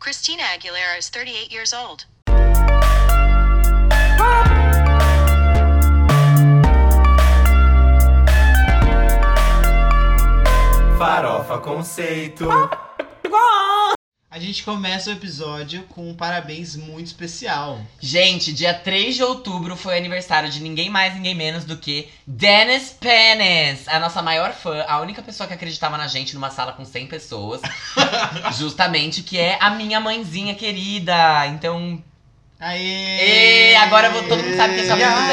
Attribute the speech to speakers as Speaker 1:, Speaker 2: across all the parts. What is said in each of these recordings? Speaker 1: Christina Aguilera is 38 years old.
Speaker 2: Farofa Conceito.
Speaker 3: A gente começa o episódio com um parabéns muito especial.
Speaker 4: Gente, dia 3 de outubro foi aniversário de ninguém mais, ninguém menos do que Dennis Pennis, a nossa maior fã, a única pessoa que acreditava na gente numa sala com 100 pessoas, justamente que é a minha mãezinha querida. Então,
Speaker 3: Aê!
Speaker 4: Ê, agora vou- todo mundo sabe que esse é o apelido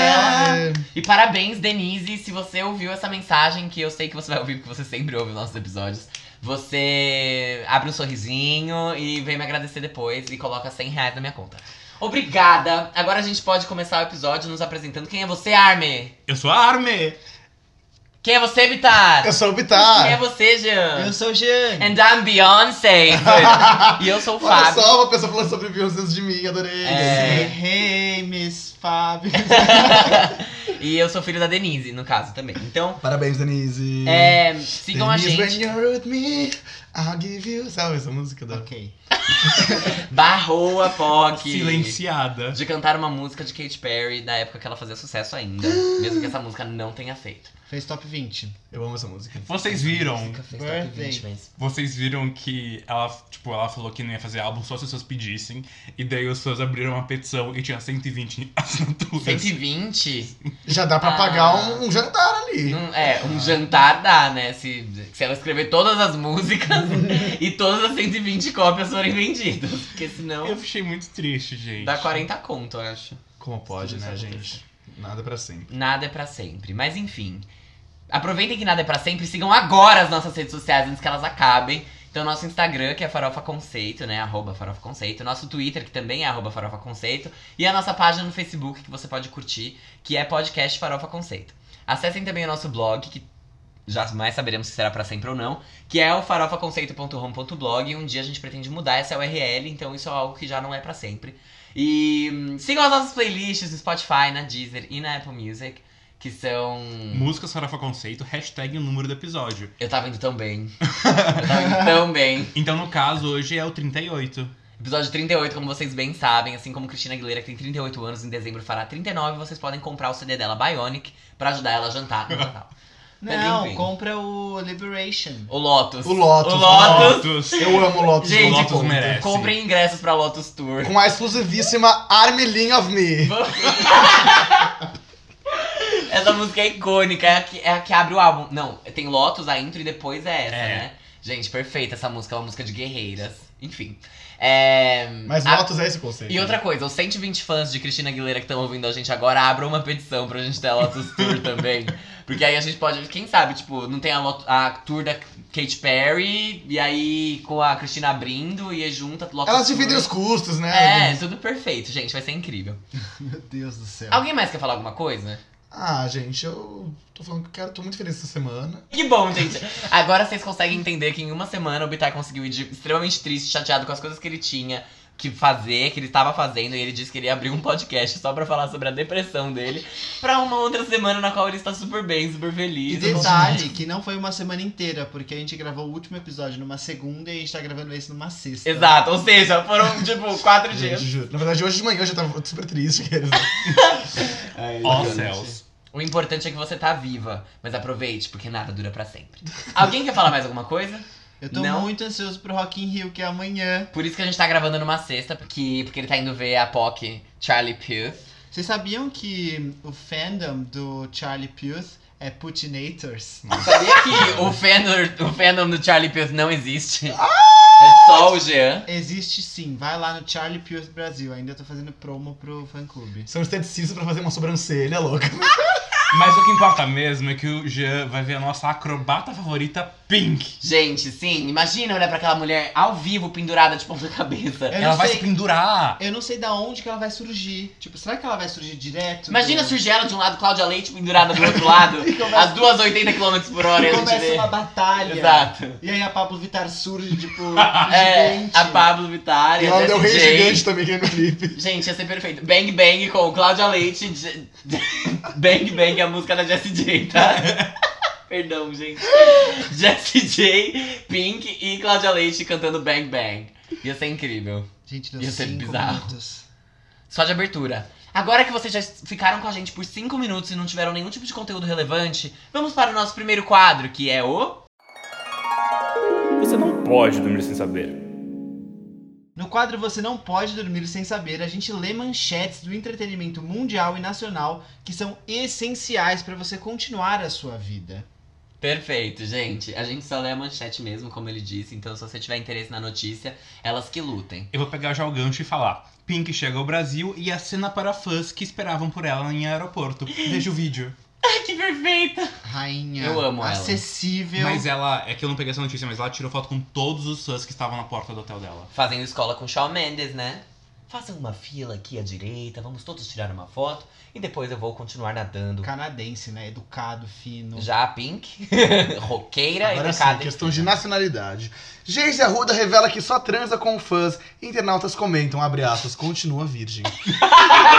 Speaker 3: Aê!
Speaker 4: e parabéns, Denise, se você ouviu essa mensagem que eu sei que você vai ouvir porque você sempre ouve os nossos episódios. Você abre um sorrisinho e vem me agradecer depois e coloca 100 reais na minha conta. Obrigada! Agora a gente pode começar o episódio nos apresentando. Quem é você, Armin?
Speaker 5: Eu sou a Arme.
Speaker 4: Quem é você, Bitar?
Speaker 6: Eu tá? sou o
Speaker 4: Quem é
Speaker 6: Bitar.
Speaker 4: você, Jean?
Speaker 3: Eu sou o Jean.
Speaker 4: And I'm Beyoncé. e eu sou o
Speaker 6: Olha
Speaker 4: Fábio.
Speaker 6: só, uma pessoa falando sobre Beyoncé antes de mim, adorei.
Speaker 4: É.
Speaker 3: Errei, Miss Fábio.
Speaker 4: e eu sou filho da Denise, no caso, também. Então,
Speaker 6: Parabéns, Denise.
Speaker 4: é, sigam a
Speaker 6: Denise,
Speaker 4: gente.
Speaker 6: when you're with me, I'll give you... Sabe essa música da...
Speaker 3: ok.
Speaker 4: Barrou a POC.
Speaker 5: Silenciada.
Speaker 4: De cantar uma música de Katy Perry da época que ela fazia sucesso ainda. mesmo que essa música não tenha feito.
Speaker 3: Fez top 20.
Speaker 6: Eu amo essa música.
Speaker 5: Vocês viram?
Speaker 4: Música fez
Speaker 6: é
Speaker 4: top
Speaker 3: Birthday.
Speaker 4: 20, mas-
Speaker 5: Vocês viram que ela, tipo, ela falou que não ia fazer álbum só se as pessoas pedissem. E daí as pessoas abriram uma petição e tinha 120 assinaturas.
Speaker 4: 120?
Speaker 6: Já dá pra
Speaker 4: Ah.
Speaker 6: pagar um, um jantar ali.
Speaker 4: Não- é, um jantar dá, né? Se, se ela escrever todas as músicas e todas as 120 cópias forem vendidas. Porque senão.
Speaker 5: Eu fiquei muito triste, gente.
Speaker 4: Dá 40 conto, eu acho.
Speaker 6: Como pode,
Speaker 4: Tudo
Speaker 6: né,
Speaker 4: isso
Speaker 6: gente? Nada pra sempre.
Speaker 4: Nada é pra sempre. Mas enfim. Aproveitem que nada é pra sempre. Sigam agora as nossas redes sociais antes que elas acabem. Então, nosso Instagram, que é Farofa Conceito, né? Arroba Farofa Conceito. Nosso Twitter, que também é arroba Farofa Conceito. E a nossa página no Facebook, que você pode curtir, que é podcast Farofa Conceito. Acessem também o nosso blog, que jamais saberemos se será pra sempre ou não, que é o farofaconceito.home.blog. E um dia a gente pretende mudar essa URL, então isso é algo que já não é pra sempre. E hum, sigam as nossas playlists no Spotify, na Deezer e na Apple Music, que são.
Speaker 5: Músicas Farofa Conceito, hashtag o número do episódio.
Speaker 4: Eu tava indo tão bem. Eu tava indo tão bem.
Speaker 5: Então, no caso, hoje é o 38.
Speaker 4: Episódio 38, como vocês bem sabem, assim como Cristina Aguilera, que tem 38 anos, em dezembro fará 39, vocês podem comprar o CD dela Bionic pra ajudar ela a jantar no Natal. Mas
Speaker 3: Não,
Speaker 4: enfim.
Speaker 3: compra o Liberation.
Speaker 4: O Lotus.
Speaker 6: O Lotus.
Speaker 4: O Lotus.
Speaker 5: Lotus.
Speaker 6: Eu amo o Lotus.
Speaker 4: Gente,
Speaker 6: muito
Speaker 5: Lotus
Speaker 6: bom.
Speaker 5: merece.
Speaker 4: Comprem ingressos pra Lotus Tour.
Speaker 6: Com a exclusivíssima Armelin of Me.
Speaker 4: Essa música é icônica, é a, que, é a que abre o álbum. Não, tem Lotus, a intro e depois é essa,
Speaker 5: É.
Speaker 4: né? Gente, perfeita essa música, é uma música de guerreiras. Enfim. É...
Speaker 6: Mas
Speaker 4: a-
Speaker 6: Lotus é esse conceito.
Speaker 4: E outra coisa, os 120 fãs de Cristina Aguilera que estão ouvindo a gente agora, abram uma petição pra gente ter a Lotus Tour também. Porque aí a gente pode, quem sabe, tipo, não tem a, Lot- a tour da Katy Perry, e aí com a Cristina abrindo, e aí junta a Lotus
Speaker 6: Elas
Speaker 4: Tour.
Speaker 6: dividem os custos, né?
Speaker 4: É, tudo perfeito, gente, vai ser incrível.
Speaker 3: Meu Deus do
Speaker 6: É.
Speaker 3: céu.
Speaker 4: Alguém mais quer falar alguma coisa?
Speaker 6: Ah, gente, eu tô falando que eu quero, tô muito feliz essa semana.
Speaker 4: Que bom, gente. Agora vocês conseguem entender que em uma semana o Bitar conseguiu ir de extremamente triste, chateado com as coisas que ele tinha que fazer, que ele estava fazendo, e ele disse que ele ia abrir um podcast só pra falar sobre a depressão dele, pra uma outra semana na qual ele está super bem, super
Speaker 3: E
Speaker 4: feliz.
Speaker 3: detalhe que não foi uma semana inteira, porque a gente gravou o último episódio numa segunda e a gente tá gravando esse numa sexta.
Speaker 4: Exato, ou seja, foram tipo quatro
Speaker 6: Gente,
Speaker 4: dias.
Speaker 6: juro. Na verdade, hoje de manhã eu já tava super triste. quer dizer.
Speaker 5: Ó céus.
Speaker 4: O importante é que você tá viva, mas aproveite, porque nada dura pra sempre. Alguém quer falar mais alguma coisa?
Speaker 3: Eu tô
Speaker 4: Não.
Speaker 3: muito ansioso pro Rock in Rio, que é amanhã.
Speaker 4: Por isso que a gente tá gravando numa sexta, porque, porque ele tá indo ver a POC Charlie Puth.
Speaker 3: Vocês sabiam que o fandom do Charlie Puth é Putinators?
Speaker 4: Hum. Sabia que o fandom, o fandom do Charlie Puth não existe? É só o Jean.
Speaker 3: Existe sim, vai lá no Charlie Puth Brasil. Ainda tô fazendo promo pro fã clube.
Speaker 6: São esteticistas pra fazer uma sobrancelha louca.
Speaker 5: Mas o que importa mesmo é que o Jean vai ver a nossa acrobata favorita, Pink.
Speaker 4: Gente, sim, imagina olhar pra aquela mulher ao vivo, pendurada de ponta cabeça.
Speaker 3: Eu
Speaker 5: Ela
Speaker 3: não
Speaker 5: vai
Speaker 3: sei.
Speaker 5: se pendurar.
Speaker 3: Eu não sei da onde que ela vai surgir. Tipo, será que ela vai surgir direto?
Speaker 4: Imagina
Speaker 3: do...
Speaker 4: surgir ela de um lado, Cláudia Leite pendurada do outro lado, às duas 80 km por hora, e a gente
Speaker 3: começa
Speaker 4: vê.
Speaker 3: uma batalha.
Speaker 4: Exato.
Speaker 3: E aí a Pablo Vittar surge, tipo,
Speaker 4: É,
Speaker 3: gigante.
Speaker 4: a Pablo Vittar,
Speaker 6: E
Speaker 4: a
Speaker 6: ela deu um rei
Speaker 4: Jessie J.
Speaker 6: gigante também que é no clipe.
Speaker 4: Gente, ia ser perfeito. Bang Bang com Cláudia Leite. Je- Bang Bang é a música da Jessie J, tá? Perdão, gente. Jessie J, Pink e Cláudia Leite cantando Bang Bang. Ia ser incrível.
Speaker 3: Gente, deu
Speaker 4: Ia ser
Speaker 3: cinco
Speaker 4: bizarro.
Speaker 3: minutos.
Speaker 4: Só de abertura. Agora que vocês já ficaram com a gente por 5 minutos e não tiveram nenhum tipo de conteúdo relevante, vamos para o nosso primeiro quadro, que é o.
Speaker 7: Você não pode dormir sem saber.
Speaker 3: No quadro Você Não Pode Dormir Sem Saber, a gente lê manchetes do entretenimento mundial e nacional que são essenciais para você continuar a sua vida.
Speaker 4: Perfeito, gente. A gente só lê a manchete mesmo, como ele disse, então se você tiver interesse na notícia, elas que lutem.
Speaker 5: Eu vou pegar já o gancho e falar. Pink chega ao Brasil e acena para fãs que esperavam por ela em aeroporto. Veja o vídeo.
Speaker 4: Ai, que perfeita!
Speaker 3: Rainha.
Speaker 4: Eu amo ela.
Speaker 3: Acessível.
Speaker 5: Mas ela, é que eu não peguei essa notícia, mas ela tirou foto com todos os fãs que estavam na porta do hotel dela.
Speaker 4: Fazendo escola com Shawn Mendes, né? Façam uma fila aqui à direita, vamos todos tirar uma foto e depois eu vou continuar nadando.
Speaker 3: Canadense, né? Educado, fino.
Speaker 4: Já a Pink, roqueira,
Speaker 6: Agora sim,
Speaker 4: educada.
Speaker 6: questão de nacionalidade. Geise Arruda revela que só transa com fãs. Internautas comentam, abre aspas, continua virgem.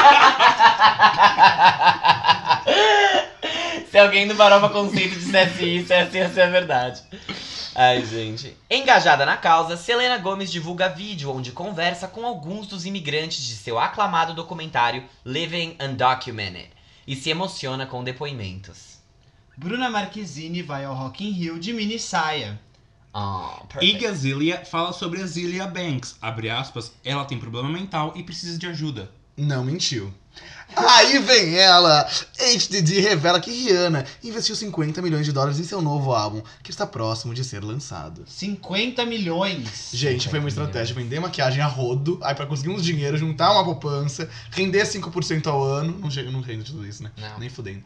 Speaker 4: Se alguém do Farofa Conceito dissesse isso, essa ia ser a verdade. Ai, gente. Engajada na causa, Selena Gomes divulga vídeo onde conversa com alguns dos imigrantes de seu aclamado documentário Living Undocumented e se emociona com depoimentos.
Speaker 3: Bruna Marquezine vai ao Rock in Rio de mini saia.
Speaker 4: Ah,
Speaker 5: E
Speaker 4: perfect.
Speaker 5: Gazilia fala sobre a Zilia Banks. Abre aspas, ela tem problema mental e precisa de ajuda.
Speaker 6: Não mentiu. Aí vem ela! HDD revela que Rihanna investiu 50 milhões de dólares em seu novo álbum, que está próximo de ser lançado.
Speaker 3: 50 milhões.
Speaker 6: Gente, foi uma estratégia vender maquiagem a rodo, aí pra conseguir uns dinheiro, juntar uma poupança, render 5% ao ano. Não, chega, não rende tudo isso, né?
Speaker 4: Não.
Speaker 6: Nem fudendo.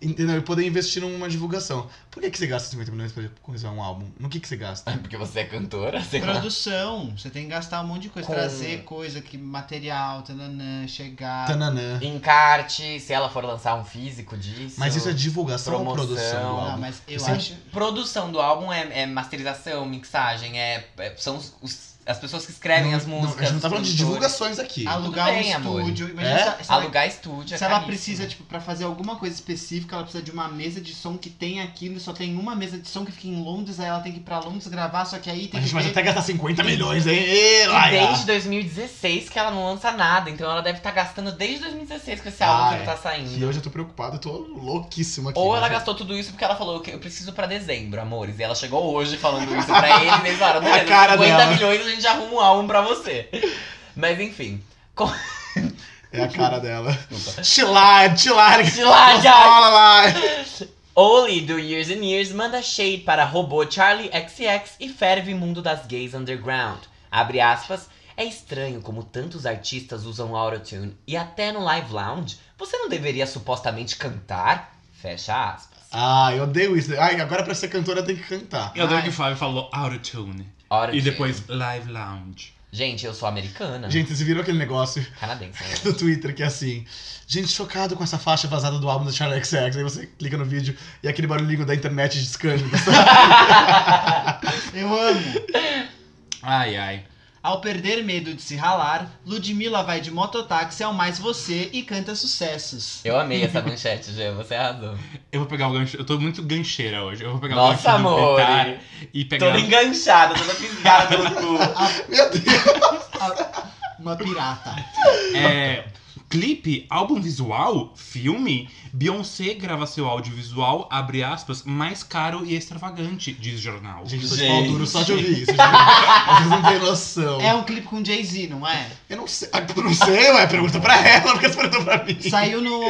Speaker 6: Entendeu? E poder investir numa divulgação. Por que, que você gasta 50 milhões pra começar um álbum? No que, que você gasta?
Speaker 4: Porque você é cantora, sei lá.
Speaker 3: Produção. Você tem que gastar um monte de coisa.
Speaker 4: Com-
Speaker 3: Trazer coisa, que material, tananã,
Speaker 4: Ah,
Speaker 3: chegar.
Speaker 6: Tananã.
Speaker 4: Encarte, se ela for lançar um físico disso.
Speaker 6: Mas isso é divulgação ou
Speaker 4: Promoção.
Speaker 6: produção do
Speaker 3: Não,
Speaker 6: álbum?
Speaker 3: Ah, mas eu
Speaker 6: Sim.
Speaker 3: acho.
Speaker 4: Produção do álbum é, é masterização, mixagem, é, é- são os- os- as pessoas que escrevem as
Speaker 6: Não,
Speaker 4: músicas.
Speaker 6: a gente não tá
Speaker 4: os
Speaker 6: falando de
Speaker 4: produtores.
Speaker 6: divulgações aqui.
Speaker 3: Alugar
Speaker 4: bem,
Speaker 3: um
Speaker 4: amor.
Speaker 3: estúdio. Imagina
Speaker 6: É?
Speaker 3: se ela- se ela-
Speaker 4: Alugar estúdio. é
Speaker 3: Se ela
Speaker 4: caríssimo.
Speaker 3: precisa, tipo, pra fazer alguma coisa específica, ela precisa de uma mesa de som que tem aquilo e só tem uma mesa de som que fica em Londres, aí ela tem que ir pra Londres gravar, só que aí tem
Speaker 6: A gente
Speaker 3: que
Speaker 6: vai
Speaker 3: ver-
Speaker 6: até gastar 50 milhões, hein? Ê,
Speaker 4: E
Speaker 6: Laia!
Speaker 4: desde 2016 que ela não lança nada, então ela deve estar gastando desde 2016 com esse
Speaker 6: Ah,
Speaker 4: álbum que
Speaker 6: é.
Speaker 4: não tá
Speaker 6: E
Speaker 4: saindo.
Speaker 6: eu já tô preocupado, eu tô louquíssimo aqui.
Speaker 4: Ou ela
Speaker 6: né?
Speaker 4: gastou tudo isso porque ela falou que eu preciso pra dezembro, amores. E ela chegou hoje falando isso pra ele, eles falaram, beleza,
Speaker 6: cara
Speaker 4: 50
Speaker 6: dela.
Speaker 4: milhões a gente arruma um álbum pra você. Mas enfim.
Speaker 6: É a cara dela.
Speaker 4: Desculpa.
Speaker 6: Te larga, te larga.
Speaker 4: Te larga.
Speaker 6: Fala lá.
Speaker 4: Oli do Years and Years manda shade para robô Charlie XX e ferve mundo das gays underground. Abre aspas. É estranho como tantos artistas usam autotune e até no live lounge você não deveria supostamente cantar? Fecha aspas.
Speaker 6: Ah, eu odeio isso. Ai, agora pra ser cantora tem que cantar.
Speaker 5: Eu adoro
Speaker 3: Ai.
Speaker 5: que o Flávio falou autotune.
Speaker 4: Autotune.
Speaker 5: E depois live lounge.
Speaker 4: Gente, eu sou americana.
Speaker 6: Gente, vocês viram aquele negócio
Speaker 4: Canadense. né?
Speaker 6: do Twitter que é assim: Gente, chocado com essa faixa vazada do álbum da Charlie XX. Aí você clica no vídeo e aquele barulhinho da internet de escândalo.
Speaker 3: Eu amo.
Speaker 5: Ai, ai.
Speaker 3: Ao perder medo de se ralar, Ludmilla vai de mototáxi ao mais você e canta sucessos.
Speaker 4: Eu amei essa manchete, Gê. Você arrasou.
Speaker 5: Eu vou pegar o gancho. Eu tô muito gancheira hoje. Eu vou pegar um
Speaker 4: Nossa,
Speaker 5: o gancho do
Speaker 4: amor.
Speaker 5: Petar e pegar.
Speaker 4: Toda enganchada, toda fisgada pelo cu.
Speaker 6: Meu Deus.
Speaker 3: Uma pirata.
Speaker 5: É, clipe, álbum visual, filme. Beyoncé grava seu audiovisual, abre aspas, mais caro e extravagante, diz jornal.
Speaker 6: Gente, eu tô de
Speaker 4: Gente.
Speaker 6: pau duro só de ouvir isso. gente. Vocês não têm noção.
Speaker 3: É um clipe com Jay-Z, não é?
Speaker 6: Eu não sei. Ah, Eu não sei, ué. Pergunta pra ela, porque você perguntou pra mim.
Speaker 3: Saiu no.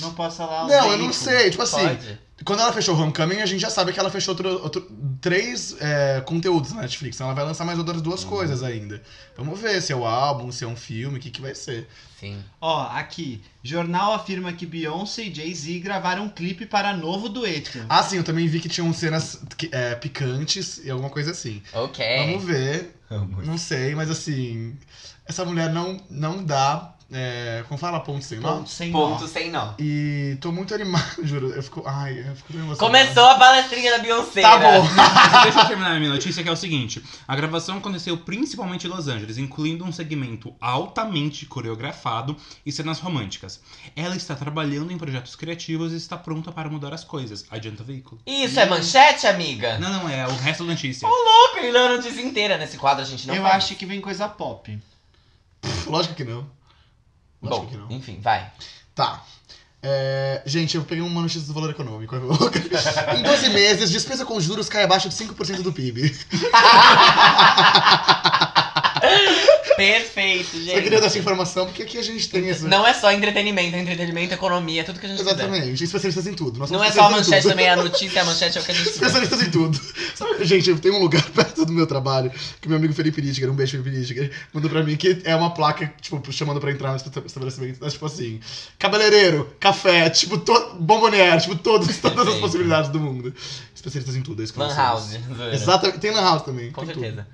Speaker 3: Não posso falar. o
Speaker 6: Não, eu
Speaker 3: veículo.
Speaker 6: não sei. Tipo assim,
Speaker 4: Pode?
Speaker 6: Quando ela fechou Homecoming, a gente já sabe que ela fechou outro- outro- três é, conteúdos na Netflix. Então ela vai lançar mais outras duas
Speaker 3: Uhum.
Speaker 6: coisas ainda. Vamos ver se é o álbum, se é um filme, o que, que vai ser.
Speaker 4: Sim.
Speaker 3: Ó, aqui. Jornal afirma que Beyoncé e Jay-Z gravaram um clipe para novo dueto.
Speaker 6: Ah, sim, eu também vi que tinham cenas que- é, picantes e alguma coisa assim.
Speaker 4: Ok.
Speaker 6: Vamos ver.
Speaker 4: Vamos.
Speaker 6: Não sei, mas assim. Essa mulher não, não dá
Speaker 8: É, como fala? Ponto sem nó.
Speaker 3: Ponto
Speaker 5: então.
Speaker 3: sem nó.
Speaker 4: Ponto sem não.
Speaker 8: E tô muito animado, juro. Eu fico. Ai, eu fico tão emocionado.
Speaker 4: Começou a palestrinha da Beyoncé.
Speaker 8: Tá
Speaker 4: né?
Speaker 8: bom.
Speaker 5: Deixa eu terminar a minha notícia, que é o seguinte: a gravação aconteceu principalmente em Los Angeles, incluindo um segmento altamente coreografado e cenas românticas. Ela está trabalhando em projetos criativos e está pronta para mudar as coisas. Adianta o veículo.
Speaker 4: Isso é manchete, amiga?
Speaker 5: Não, não, é o resto da notícia.
Speaker 4: Louco, ele leu a notícia inteira nesse quadro, a gente não
Speaker 3: Eu
Speaker 4: faz.
Speaker 3: acho que vem coisa pop.
Speaker 8: Lógico que não. Lógico
Speaker 4: Bom,
Speaker 8: que não.
Speaker 4: enfim, vai.
Speaker 8: Tá. É, gente, eu peguei uma notícia do é valor econômico. Eu vou- em 12 meses, despesa com juros cai abaixo de 5% do PIB.
Speaker 4: Perfeito,
Speaker 8: Só queria dar
Speaker 4: gente.
Speaker 8: essa informação, porque aqui a gente tem esse.
Speaker 4: Não é só entretenimento, é entretenimento, economia, é tudo que a gente quiser.
Speaker 8: Exatamente, especialistas em tudo. Nós somos
Speaker 4: Não é só a
Speaker 8: especialistas
Speaker 4: manchete
Speaker 8: em tudo.
Speaker 4: também, é a notícia, a manchete é o que a gente quiser.
Speaker 8: Especialistas em tudo. Sabe, gente, tem um lugar perto do meu trabalho que meu amigo Felipe Rittiger, um beijo Felipe Rittiger, mandou pra mim que é uma placa, tipo, chamando pra entrar no estab- estabelecimento. É tipo assim: cabeleireiro, café, tipo, to... bombonier, tipo, todos, todas as
Speaker 4: Sim.
Speaker 8: possibilidades do mundo. Especialistas em tudo, é isso que nós
Speaker 4: Lan
Speaker 8: somos.
Speaker 4: House. zoeira.
Speaker 8: Exatamente, tem Lan House também.
Speaker 4: Com
Speaker 8: tem tudo.
Speaker 4: certeza.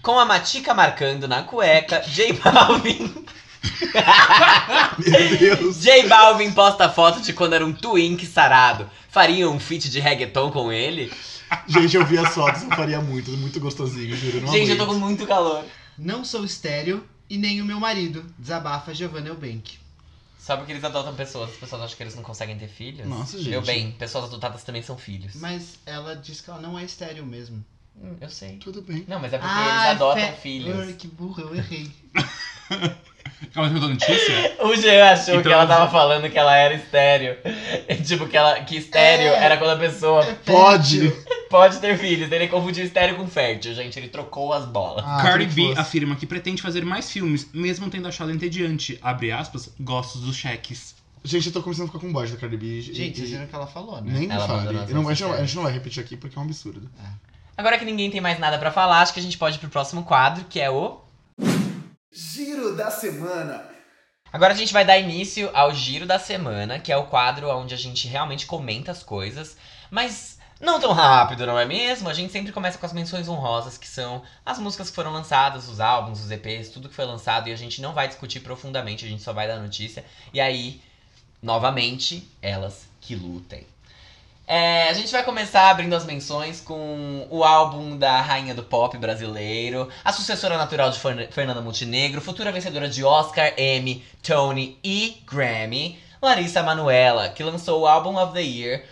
Speaker 4: Com a matica marcando na cueca, J Balvin.
Speaker 8: Meu Deus.
Speaker 4: J Balvin posta foto de quando era um twink sarado. Faria um feat de reggaeton com ele?
Speaker 8: Gente, eu vi as fotos, eu faria muito, muito gostosinho, juro. Não
Speaker 4: Gente, eu tô
Speaker 8: aguento.
Speaker 4: com muito calor.
Speaker 3: Não sou estéreo e nem o meu marido, desabafa Giovanna Eubank.
Speaker 4: Só porque eles adotam pessoas, as pessoas acham que eles não conseguem ter filhos.
Speaker 8: Nossa, gente.
Speaker 4: Meu bem, pessoas adotadas também são filhos.
Speaker 3: Mas ela diz que ela não é estéreo mesmo.
Speaker 4: Hum, Eu sei.
Speaker 8: Tudo bem.
Speaker 4: Não, mas é porque
Speaker 3: Ah,
Speaker 4: eles adotam
Speaker 3: fe- Ai,
Speaker 4: filhos.
Speaker 3: que burro, eu errei.
Speaker 5: Ela me deu notícia?
Speaker 4: O Jean achou
Speaker 5: Então,
Speaker 4: que ela tava
Speaker 5: já-
Speaker 4: falando que ela era estéreo. tipo, que, ela, que estéreo
Speaker 3: É.
Speaker 4: era quando a pessoa
Speaker 8: Pode!
Speaker 4: pode ter filhos. Ele confundiu estéreo com fértil, gente. Ele trocou as bolas.
Speaker 8: Ah,
Speaker 5: Cardi
Speaker 8: tudo
Speaker 5: B
Speaker 8: que fosse.
Speaker 5: afirma que pretende fazer mais filmes, mesmo tendo achado entediante. Abre aspas, gosto dos cheques.
Speaker 8: Gente, eu tô começando a ficar com bosta da Cardi B.
Speaker 3: Gente,
Speaker 8: E-
Speaker 3: vocês viram o que ela falou, né?
Speaker 8: Nem me
Speaker 4: Ela
Speaker 8: fale.
Speaker 4: abandonou as
Speaker 8: Eu não- a,
Speaker 4: redes
Speaker 8: gente não, a
Speaker 4: sociais.
Speaker 8: gente não vai repetir aqui porque é um absurdo.
Speaker 4: Agora que ninguém tem mais nada pra falar, acho que a gente pode ir pro próximo quadro, que é o.
Speaker 6: Giro da semana.
Speaker 4: Agora a gente vai dar início ao giro da semana, que é o quadro onde a gente realmente comenta as coisas, mas não tão rápido, não é mesmo? A gente sempre começa com as menções honrosas, que são as músicas que foram lançadas, os álbuns, os EPs, tudo que foi lançado, e a gente não vai discutir profundamente, a gente só vai dar notícia. E aí, novamente, elas que lutem. É, a gente vai começar abrindo as menções com o álbum da rainha do pop brasileiro, a sucessora natural de Fern- Fernanda Montenegro, futura vencedora de Oscar, Emmy, Tony e Grammy, Larissa Manuela, que lançou o álbum of the Year,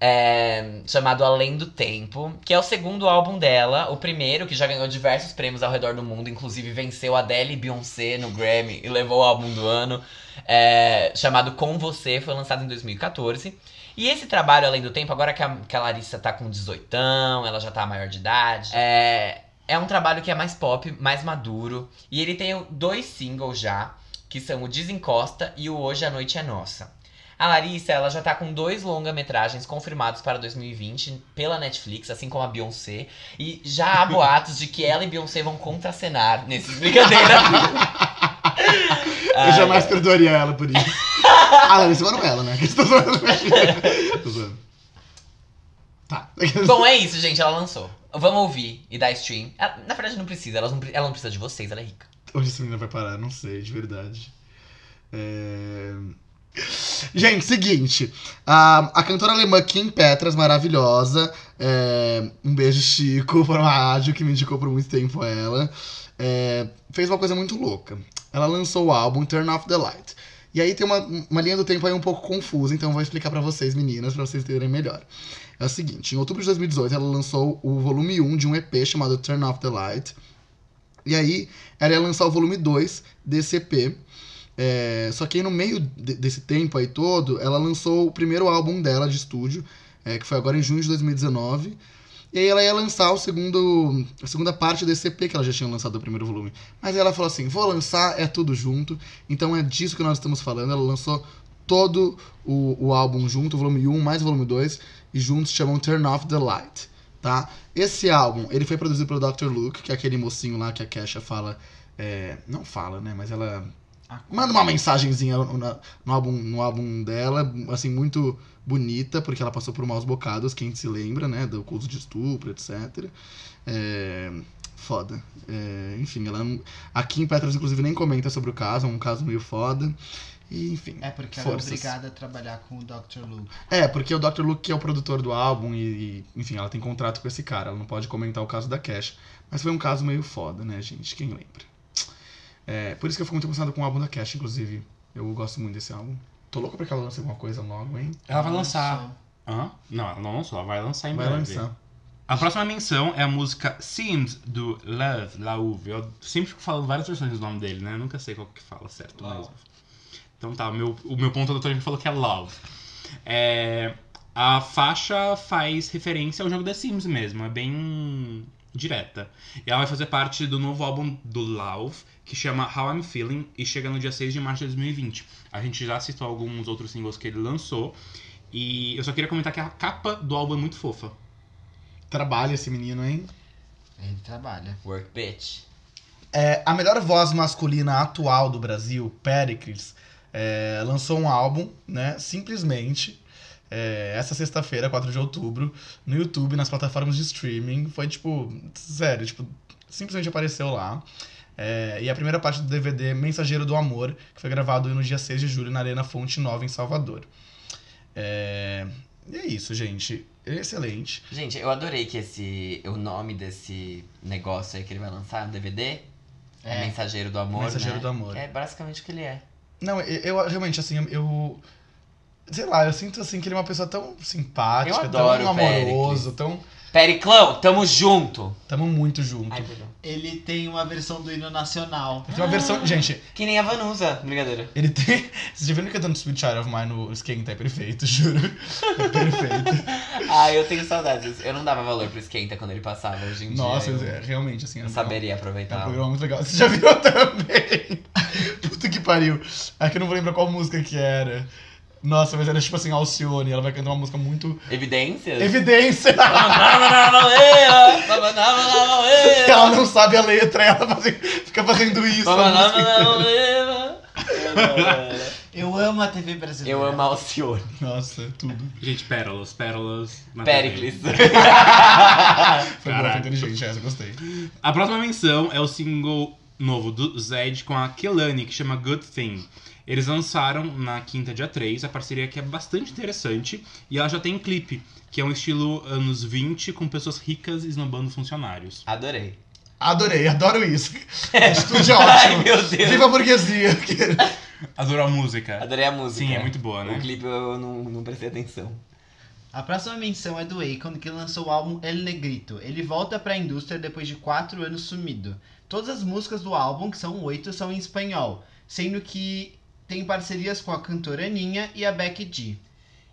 Speaker 4: é, chamado Além do Tempo, que é o segundo álbum dela, o primeiro que já ganhou diversos prêmios ao redor do mundo, inclusive venceu Adele e Beyoncé no Grammy e levou o álbum do ano, é, chamado Com Você, foi lançado em 2014. E esse trabalho, além do tempo, agora que a, que a Larissa tá com 18, ela já tá maior de idade, é, é um trabalho que é mais pop, mais maduro. E ele tem dois singles já, que são o Desencosta e o Hoje a Noite é Nossa. A Larissa, ela já tá com dois longa-metragens confirmados para 2020 pela Netflix, assim como a Beyoncé. E já há boatos de que ela e Beyoncé vão contracenar nesses brincadeira. Ah,
Speaker 8: eu jamais
Speaker 4: é.
Speaker 8: perdoaria ela por isso. ah, Larissa Manoela, né? Tô zoando. Tô zoando. Tá.
Speaker 4: Bom, é isso, gente. Ela lançou. Vamos ouvir e dar stream. Ela- na verdade, não precisa. Elas não pre- ela não precisa de vocês, ela é rica.
Speaker 8: Onde essa menina vai parar? Não sei, de verdade. É... Gente, seguinte. A, a cantora alemã Kim Petras, maravilhosa. é, um beijo, Chico, para uma rádio que me indicou por muito tempo ela. é, fez uma coisa muito louca. Ela lançou o álbum Turn Off the Light. E aí tem uma, uma linha do tempo aí um pouco confusa, então eu vou explicar pra vocês, meninas, pra vocês entenderem melhor. É o seguinte, em outubro de 2018 ela lançou o volume 1 de um EP chamado Turn Off the Light. E aí ela ia lançar o volume 2 desse EP. É, só que aí no meio de- desse tempo aí todo, ela lançou o primeiro álbum dela de estúdio, é, que foi agora em junho de 2019. E aí ela ia lançar o segundo, a segunda parte desse EP que ela já tinha lançado o primeiro volume. Mas aí ela falou assim, vou lançar, é tudo junto. Então é disso que nós estamos falando. Ela lançou todo o, o álbum junto, o volume 1 mais o volume 2, e juntos chamam Turn Off the Light, tá? Esse álbum, ele foi produzido pelo Dr. Luke, que é aquele mocinho lá que a Kesha fala... é, não fala, né? Mas ela manda uma mensagenzinha no, na- no álbum, no álbum dela, assim, muito bonita, porque ela passou por maus bocados, quem se lembra, né? Do curso de estupro, etc. É, foda. É, enfim, ela não- a Kim Petras, inclusive, nem comenta sobre o caso, é um caso meio foda. E, enfim.
Speaker 3: É porque ela
Speaker 8: Forças.
Speaker 3: é obrigada a trabalhar com o Dr. Luke.
Speaker 8: É, porque o Dr. Luke que é o produtor do álbum e, e, enfim, ela tem contrato com esse cara, ela não pode comentar o caso da Cash. Mas foi um caso meio foda, né, gente? Quem lembra? É, por isso que eu fico muito emocionado com o álbum da Cash, inclusive. Eu gosto muito desse álbum. Tô louco pra que ela lance alguma coisa logo, hein?
Speaker 5: Ela vai lançar.
Speaker 3: Só.
Speaker 5: Hã? Não, ela não lançou, ela vai lançar em
Speaker 8: Vai
Speaker 5: breve.
Speaker 8: lançar.
Speaker 5: A próxima menção é a música Seems do Love, Lauve. Eu sempre fico falando várias versões do nome dele, né? Eu nunca sei qual que fala certo, mas. Então tá, o meu, o meu ponto doutor falou que é Love. É, a faixa faz referência ao jogo The Sims mesmo, é bem direta. E ela vai fazer parte do novo álbum do Love, que chama How I'm Feeling, e chega no dia 6 de março de 2020. A gente já citou alguns outros singles que ele lançou. E eu só queria comentar que a capa do álbum é muito fofa.
Speaker 8: Trabalha esse menino, hein?
Speaker 3: Ele trabalha.
Speaker 4: Work bitch.
Speaker 8: É, a melhor voz masculina atual do Brasil, Pericles, é, lançou um álbum, né? Simplesmente. é, essa sexta-feira, 4 de outubro, no YouTube, nas plataformas de streaming. Foi tipo. Sério, tipo, simplesmente apareceu lá. É, e a primeira parte do DVD Mensageiro do Amor, que foi gravado no dia 6 de julho na Arena Fonte Nova, em Salvador. É, e é isso, gente. Excelente.
Speaker 4: Gente, eu adorei que esse. O nome desse negócio aí que ele vai lançar, um DVD, é,
Speaker 3: É.
Speaker 4: Mensageiro do Amor.
Speaker 8: Mensageiro
Speaker 4: né?
Speaker 8: do Amor.
Speaker 4: Que é basicamente o que ele é.
Speaker 8: Não, eu, eu- realmente, assim, eu. Sei lá, eu sinto assim que ele é uma pessoa tão simpática,
Speaker 4: Eu adoro
Speaker 8: tão
Speaker 4: o Pericles.
Speaker 8: amoroso, tão.
Speaker 4: Periclão, tamo junto!
Speaker 8: Tamo muito junto.
Speaker 4: Ai, perdão.
Speaker 3: Ele tem uma versão do hino nacional.
Speaker 8: Tem uma versão. Gente,
Speaker 4: Que nem a Vanusa, brincadeira.
Speaker 8: ele tem. Vocês já viram ele cantando Sweet Child of Mine no Esquenta? É perfeito, juro. É perfeito.
Speaker 4: Ai, Ah, eu tenho saudades. Eu não dava valor pro esquenta quando ele passava hoje em
Speaker 8: Nossa,
Speaker 4: dia.
Speaker 8: é, realmente, assim. é
Speaker 4: eu não
Speaker 8: um-
Speaker 4: saberia
Speaker 8: É um
Speaker 4: aproveitar.
Speaker 8: programa muito legal. Você já viu também? Puta que pariu. É que eu não vou lembrar qual música que era. Nossa, mas era tipo assim, Alcione. Ela vai cantar uma música muito.
Speaker 4: Evidências?
Speaker 8: Evidência!
Speaker 4: Babanabalabaleia, babanabalabalea,
Speaker 8: ela não sabe a letra, ela faz- fica fazendo isso. é a música inteira.
Speaker 4: babanabalabalea.
Speaker 3: Eu amo a TV brasileira.
Speaker 4: Eu amo Alcione.
Speaker 8: Nossa, é tudo.
Speaker 5: Gente, pérolas, pérolas. na
Speaker 4: Pericles.
Speaker 8: Foi boa,
Speaker 5: Caraca.
Speaker 8: foi inteligente essa, gostei.
Speaker 5: TV. A próxima menção é o single novo do Zed com a Kelani, que chama Good Thing. Eles lançaram na quinta, dia 3, a parceria que é bastante interessante. E ela já tem clipe, que é um estilo anos 20, com pessoas ricas esnobando funcionários.
Speaker 4: Adorei.
Speaker 8: Adorei, adoro isso. Estúdio é
Speaker 4: Ai,
Speaker 8: ótimo.
Speaker 4: meu Deus.
Speaker 8: Viva a burguesia.
Speaker 5: Adoro a música.
Speaker 4: Adorei a música.
Speaker 5: Sim, é muito boa,
Speaker 4: O
Speaker 5: né?
Speaker 4: clipe eu não, não prestei atenção.
Speaker 3: A próxima menção é do Akon, que lançou o álbum El Negrito. Ele volta pra indústria depois de 4 anos sumido. Todas as músicas do álbum, que são oito, são em espanhol, sendo que tem parcerias com a cantora Aninha e a Becky G.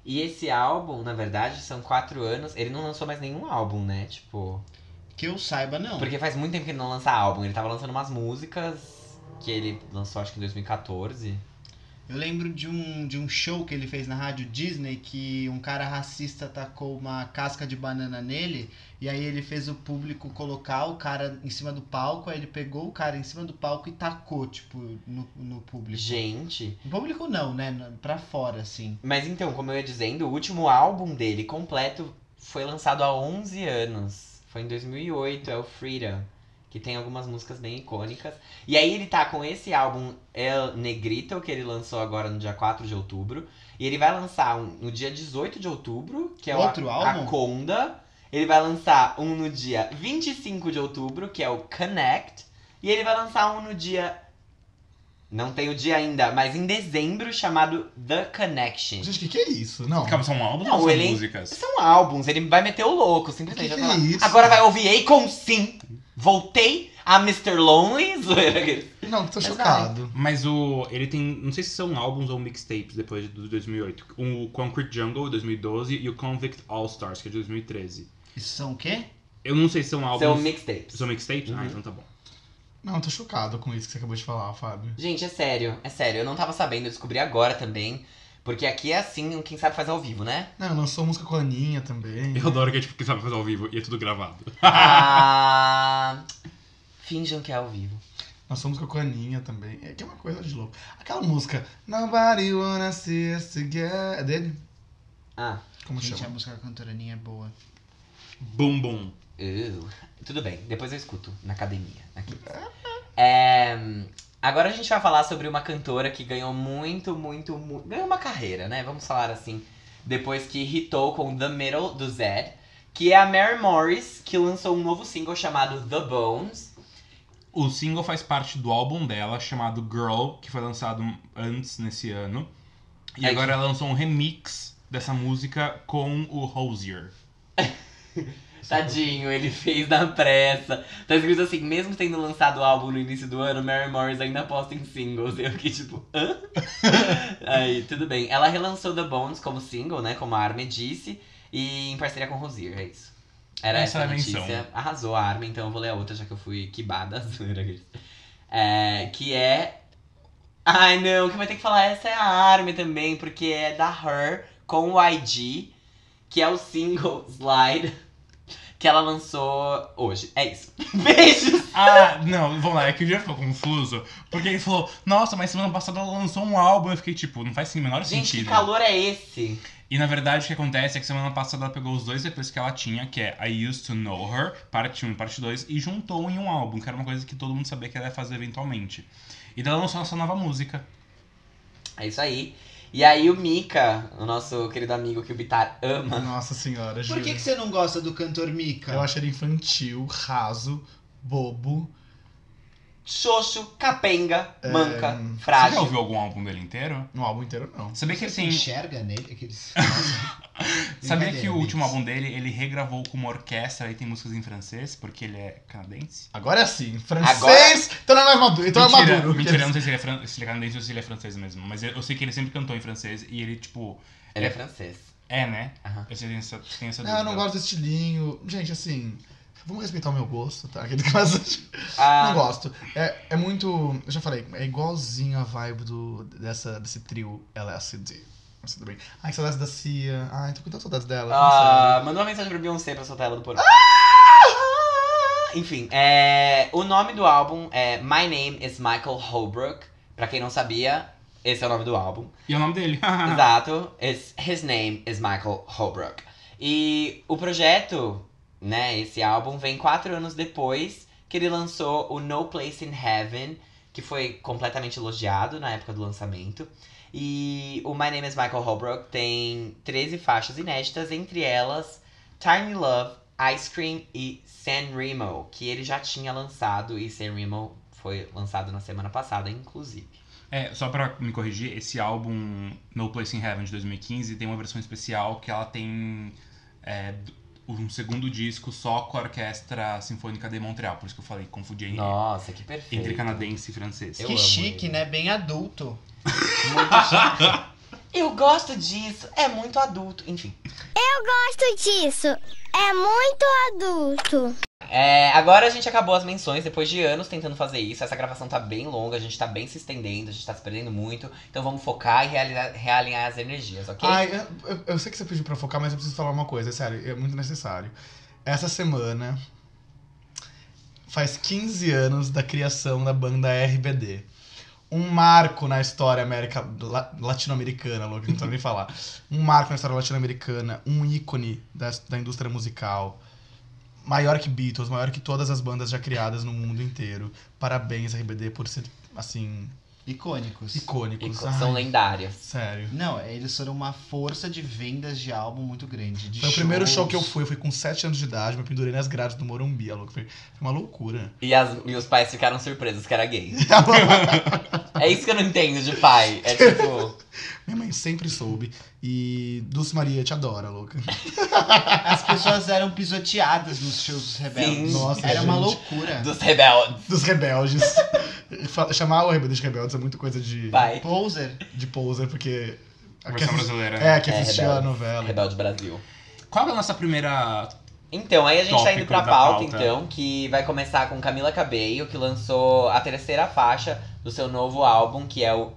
Speaker 4: E esse álbum, na verdade, são quatro anos. Ele não lançou mais nenhum álbum, né? Tipo.
Speaker 3: Que eu saiba, não.
Speaker 4: Porque faz muito tempo que ele não lança álbum. Ele tava lançando umas músicas que ele lançou, acho que em 2014.
Speaker 3: Eu lembro de um, de um show que ele fez na rádio Disney que um cara racista tacou uma casca de banana nele e aí ele fez o público colocar o cara em cima do palco, aí ele pegou o cara em cima do palco e tacou, tipo, no, no público.
Speaker 4: Gente.
Speaker 3: No público não, né? Na- Pra fora, assim.
Speaker 4: Mas então, como eu ia dizendo, o último álbum dele completo foi lançado há 11 anos. Foi em 2008, é o Freedom. Que tem algumas músicas bem icônicas. E aí ele tá com esse álbum El Negrito, que ele lançou agora no dia 4 de outubro. E ele vai lançar um no dia 18 de outubro, que é
Speaker 3: Outro
Speaker 4: o A-
Speaker 3: álbum?
Speaker 4: Aconda. Ele vai lançar um no dia 25 de outubro, que é o Connect. E ele vai lançar um no dia. Não tem o dia ainda, mas em dezembro, chamado The Connection.
Speaker 8: Gente, o que, que é isso? Não.
Speaker 5: Calma, são álbuns
Speaker 4: Não,
Speaker 5: ou são
Speaker 4: ele-
Speaker 5: músicas?
Speaker 4: São álbuns, ele vai meter o louco, simplesmente. vai
Speaker 8: Que que
Speaker 4: falar,
Speaker 8: é isso?
Speaker 4: Agora vai ouvir Akon sim. Voltei a Mr. Lonely. zoeira aquele.
Speaker 8: Não, tô
Speaker 4: Mas
Speaker 8: chocado.
Speaker 5: Mas o. Ele tem. Não sei se são álbuns ou mixtapes depois do 2008. Um, O Concrete Jungle, 2012, e o Convict All Stars, que é de 2013.
Speaker 3: Isso são o quê?
Speaker 5: Eu não sei se são álbuns.
Speaker 4: São mixtapes.
Speaker 5: São mixtapes?
Speaker 4: Uhum.
Speaker 5: Ah, então tá bom.
Speaker 8: Não, tô chocado com isso que você acabou de falar, Fábio.
Speaker 4: Gente, é sério, é sério. Eu não tava sabendo, eu descobri agora também. Porque aqui é assim, quem sabe faz ao vivo, né?
Speaker 8: Não, lançou música com a Aninha também.
Speaker 5: Eu adoro que é tipo que sabe fazer ao vivo e é tudo gravado.
Speaker 4: Ah, finjam que é ao vivo.
Speaker 8: Lançou música com a Aninha também. É que é uma coisa de louco. Aquela música Nobody Wanna See Us Together. É dele?
Speaker 4: Ah,
Speaker 8: Como
Speaker 3: Gente, a
Speaker 8: chama?
Speaker 3: música da cantora Aninha é boa.
Speaker 5: Bum bum.
Speaker 4: Uh, tudo bem, depois eu escuto na academia. na quinta. É, agora a gente vai falar sobre uma cantora que ganhou muito, muito, muito. Ganhou uma carreira, né? Vamos falar assim. Depois que hitou com The Middle do Zed, que é a Mary Morris, que lançou um novo single chamado The Bones.
Speaker 5: O single faz parte do álbum dela, chamado Girl, que foi lançado antes nesse ano. E
Speaker 4: É
Speaker 5: agora ela lançou um remix dessa música com o Rosier.
Speaker 4: Tadinho, ele fez na pressa. Tá escrito assim, mesmo tendo lançado o álbum no início do ano, Mary Morris ainda posta em singles. Eu fiquei tipo, hã? Aí, tudo bem. Ela relançou The Bones como single, né? Como a Armin disse, e em parceria com Rosier, é isso. Era essa,
Speaker 5: Essa era a
Speaker 4: notícia.
Speaker 5: menção.
Speaker 4: Arrasou a Armin, então eu vou ler a outra, já que eu fui quibada. zoeira, aqueles. É, que é. Ai não, que vai ter que falar essa é a Armin também, porque é da Her com o IG, que é o single Slide que ela lançou hoje. É isso. Beijos!
Speaker 5: Ah, não, vamos lá, é que o dia ficou confuso, porque ele falou, nossa, mas semana passada ela lançou um álbum, eu fiquei tipo, não faz o menor
Speaker 4: Gente,
Speaker 5: sentido.
Speaker 4: que calor é esse?
Speaker 5: E na verdade o que acontece é que semana passada ela pegou os dois EPs que ela tinha, que é I Used to Know Her, parte 1 e parte 2, e juntou em um álbum, que era uma coisa que todo mundo sabia que ela ia fazer eventualmente. E daí ela lançou essa nova música.
Speaker 4: É isso aí. E aí o Mika, o nosso querido amigo que o Bitar ama.
Speaker 8: Nossa senhora,
Speaker 3: é Por
Speaker 8: juro.
Speaker 3: que, que você não gosta do cantor Mika?
Speaker 8: Eu acho ele infantil, raso, bobo.
Speaker 4: Xoxo, capenga,
Speaker 8: É,
Speaker 4: manca,
Speaker 5: Você já
Speaker 4: frágil.
Speaker 5: ouviu algum álbum dele inteiro?
Speaker 8: No álbum inteiro, não.
Speaker 5: Sabia que
Speaker 3: Você
Speaker 5: assim,
Speaker 3: enxerga nele aqueles.
Speaker 5: sabia
Speaker 3: Brincadeira,
Speaker 5: que o
Speaker 3: amigos.
Speaker 5: último álbum dele, ele regravou com uma orquestra e tem músicas em francês, porque ele é canadense?
Speaker 8: Agora sim, francês! Então não é mais maduro. Então
Speaker 5: mentira,
Speaker 8: é maduro.
Speaker 5: mentira, eu não sei se ele, é fran- se ele é canadense ou se ele é francês mesmo, mas eu, eu sei que ele sempre cantou em francês e ele, tipo,
Speaker 4: Ele é francês.
Speaker 5: é, né?
Speaker 4: Aham.
Speaker 5: Eu sei, tenho essa, tenho essa
Speaker 8: Não, Ah, eu não
Speaker 5: dúvida.
Speaker 8: gosto do estilinho. Gente, assim. Vamos respeitar o meu gosto, tá? Aquele caso.
Speaker 4: Ah,
Speaker 8: Não gosto. É, é muito. Eu já falei, é igualzinho a vibe do, dessa, desse trio LSD. Mas tudo bem. Ai, que saudades da Cia. Ai, tô com tantas saudades dela.
Speaker 4: ah, mandou uma mensagem pra Beyoncé pra soltar ela do porão.
Speaker 8: Ah!
Speaker 4: Enfim, é, o nome do álbum é My Name is Michael Holbrook. Pra quem não sabia, esse é o nome do álbum.
Speaker 5: E é o nome dele?
Speaker 4: Exato. It's, his name is Michael Holbrook. E o projeto, né, esse álbum, vem quatro anos depois que ele lançou o No Place in Heaven, que foi completamente elogiado na época do lançamento. E o My Name is Michael Holbrook tem 13 faixas inéditas, entre elas Tiny Love, Ice Cream e San Remo, que ele já tinha lançado e San Remo foi lançado na semana passada, inclusive.
Speaker 5: É, só pra me corrigir, esse álbum No Place in Heaven de 2015 tem uma versão especial que ela tem é, d- um segundo disco só com a Orquestra Sinfônica de Montreal, por isso que eu falei, confundi en-
Speaker 4: Nossa, que perfeito.
Speaker 5: entre canadense e francês.
Speaker 4: Eu
Speaker 3: que
Speaker 4: amo
Speaker 3: chique,
Speaker 4: ele.
Speaker 3: né? Bem adulto.
Speaker 4: Eu gosto disso, é muito adulto, enfim.
Speaker 9: Gosto disso. É muito adulto.
Speaker 4: É, agora a gente acabou as menções depois de anos tentando fazer isso. Essa gravação tá bem longa, a gente tá bem se estendendo, a gente tá se perdendo muito. Então vamos focar e realizar- realinhar as energias, ok?
Speaker 8: Ai, eu, eu- eu sei que você pediu pra eu focar, mas eu preciso falar uma coisa, é sério, é muito necessário. Essa semana faz 15 anos da criação da banda RBD. Um marco na história américa la- latino-americana, louco, não sabe nem falar. Um marco na história latino-americana, um ícone da, da indústria musical. Maior que Beatles, maior que todas as bandas já criadas no mundo inteiro. Parabéns, RBD, por ser, assim,
Speaker 3: Icônicos.
Speaker 8: icônicos.
Speaker 4: E co- são
Speaker 8: Ai,
Speaker 4: lendárias.
Speaker 8: Sério.
Speaker 3: Não, eles foram uma força de vendas de álbum muito grande. de
Speaker 8: Foi o primeiro
Speaker 3: shows.
Speaker 8: show que eu fui, eu fui com 7 anos de idade, me pendurei nas grades do Morumbi, é a louca. Foi, foi uma loucura.
Speaker 4: E, as, e os pais ficaram surpresos que era gay. é isso que eu não entendo de pai. É tipo.
Speaker 8: Minha mãe sempre soube. E Dulce Maria te adora, louca.
Speaker 3: As pessoas eram pisoteadas nos shows dos rebeldes.
Speaker 4: Sim.
Speaker 8: Nossa,
Speaker 3: Hum, Era uma
Speaker 8: gente.
Speaker 3: loucura.
Speaker 4: Dos rebeldes.
Speaker 8: Dos rebeldes. Fa- Chamar o rebelde de rebeldes é muita coisa de,
Speaker 4: Pai.
Speaker 3: Poser.
Speaker 8: de poser, porque.
Speaker 5: A
Speaker 8: que
Speaker 5: versão
Speaker 8: assis-
Speaker 5: brasileira. né?
Speaker 8: É, que
Speaker 4: É,
Speaker 8: assistia a
Speaker 4: rebeldes.
Speaker 8: novela.
Speaker 4: Rebelde Brasil.
Speaker 5: Qual é a nossa primeira.
Speaker 4: Então, aí a gente tá
Speaker 5: Tópico
Speaker 4: indo pra
Speaker 5: da
Speaker 4: pauta,
Speaker 5: pauta.
Speaker 4: então, que vai começar com Camila Cabello, que lançou a terceira faixa do seu novo álbum, que é o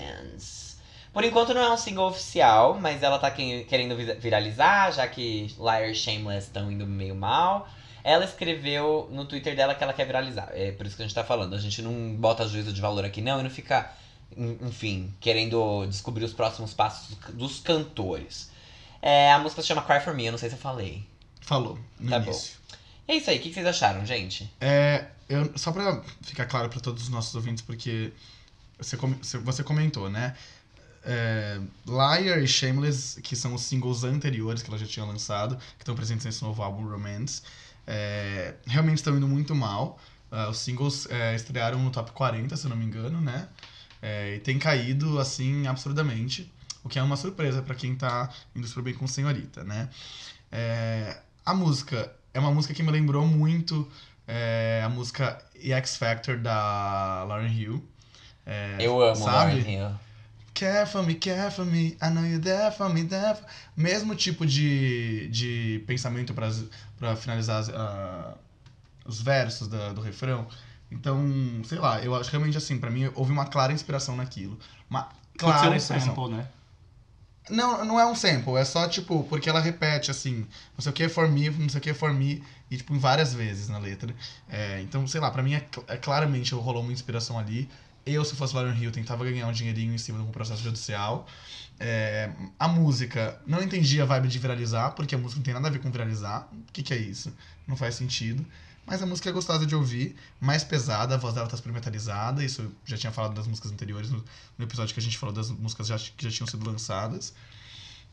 Speaker 4: Romance. Por enquanto não é um single oficial, mas ela tá que- querendo vi- viralizar, já que Liar e Shameless estão indo meio mal. Ela escreveu no Twitter dela que ela quer viralizar. É por isso que a gente tá falando. A gente não bota juízo de valor aqui, não, e não fica, en- enfim, querendo descobrir os próximos passos dos cantores. É, a música se chama Cry For Me, eu não sei se eu falei.
Speaker 8: Falou. No
Speaker 4: Tá bom.
Speaker 8: início.
Speaker 4: É isso aí, o que que vocês acharam, gente?
Speaker 8: É, eu- só pra ficar claro pra todos os nossos ouvintes, porque você, com- você- você comentou, né? É, Liar e Shameless, que são os singles anteriores que ela já tinha lançado, que estão presentes nesse novo álbum Romance, é, realmente estão indo muito mal. Ah, os singles é, estrearam no top 40, se eu não me engano, né? É, e tem caído assim absurdamente, o que é uma surpresa pra quem tá indo super bem com Senhorita, né? É, a música é uma música que me lembrou muito é a música E X Factor da Lauren Hill.
Speaker 4: eu amo
Speaker 8: É, sabe?
Speaker 4: Lauren Hill.
Speaker 8: Care for me, care for me, I know you're there for me, there for... Mesmo tipo de, de pensamento para pra finalizar as, ah, os versos da- do refrão. Então, sei lá, eu acho que realmente assim, pra mim houve uma clara inspiração naquilo. Uma
Speaker 5: Pode
Speaker 8: clara
Speaker 5: ser um
Speaker 8: inspiração.
Speaker 5: sample, né?
Speaker 8: Não, não é um sample, é só, tipo, porque ela repete, assim, não sei o que for me, não sei o que for me, e, tipo, em várias vezes na letra. É, então, sei lá, pra mim é, cl- é claramente rolou uma inspiração ali. Eu, se fosse Lauren Hill, tentava ganhar um dinheirinho em cima de um processo judicial. É, a música, não entendi a vibe de viralizar, porque a música não tem nada a ver com viralizar. O que, que é isso? Não faz sentido. Mas a música é gostosa de ouvir, mais pesada, a voz dela tá super metalizada, isso eu já tinha falado das músicas anteriores, no, no episódio que a gente falou das músicas já, que já tinham sido lançadas.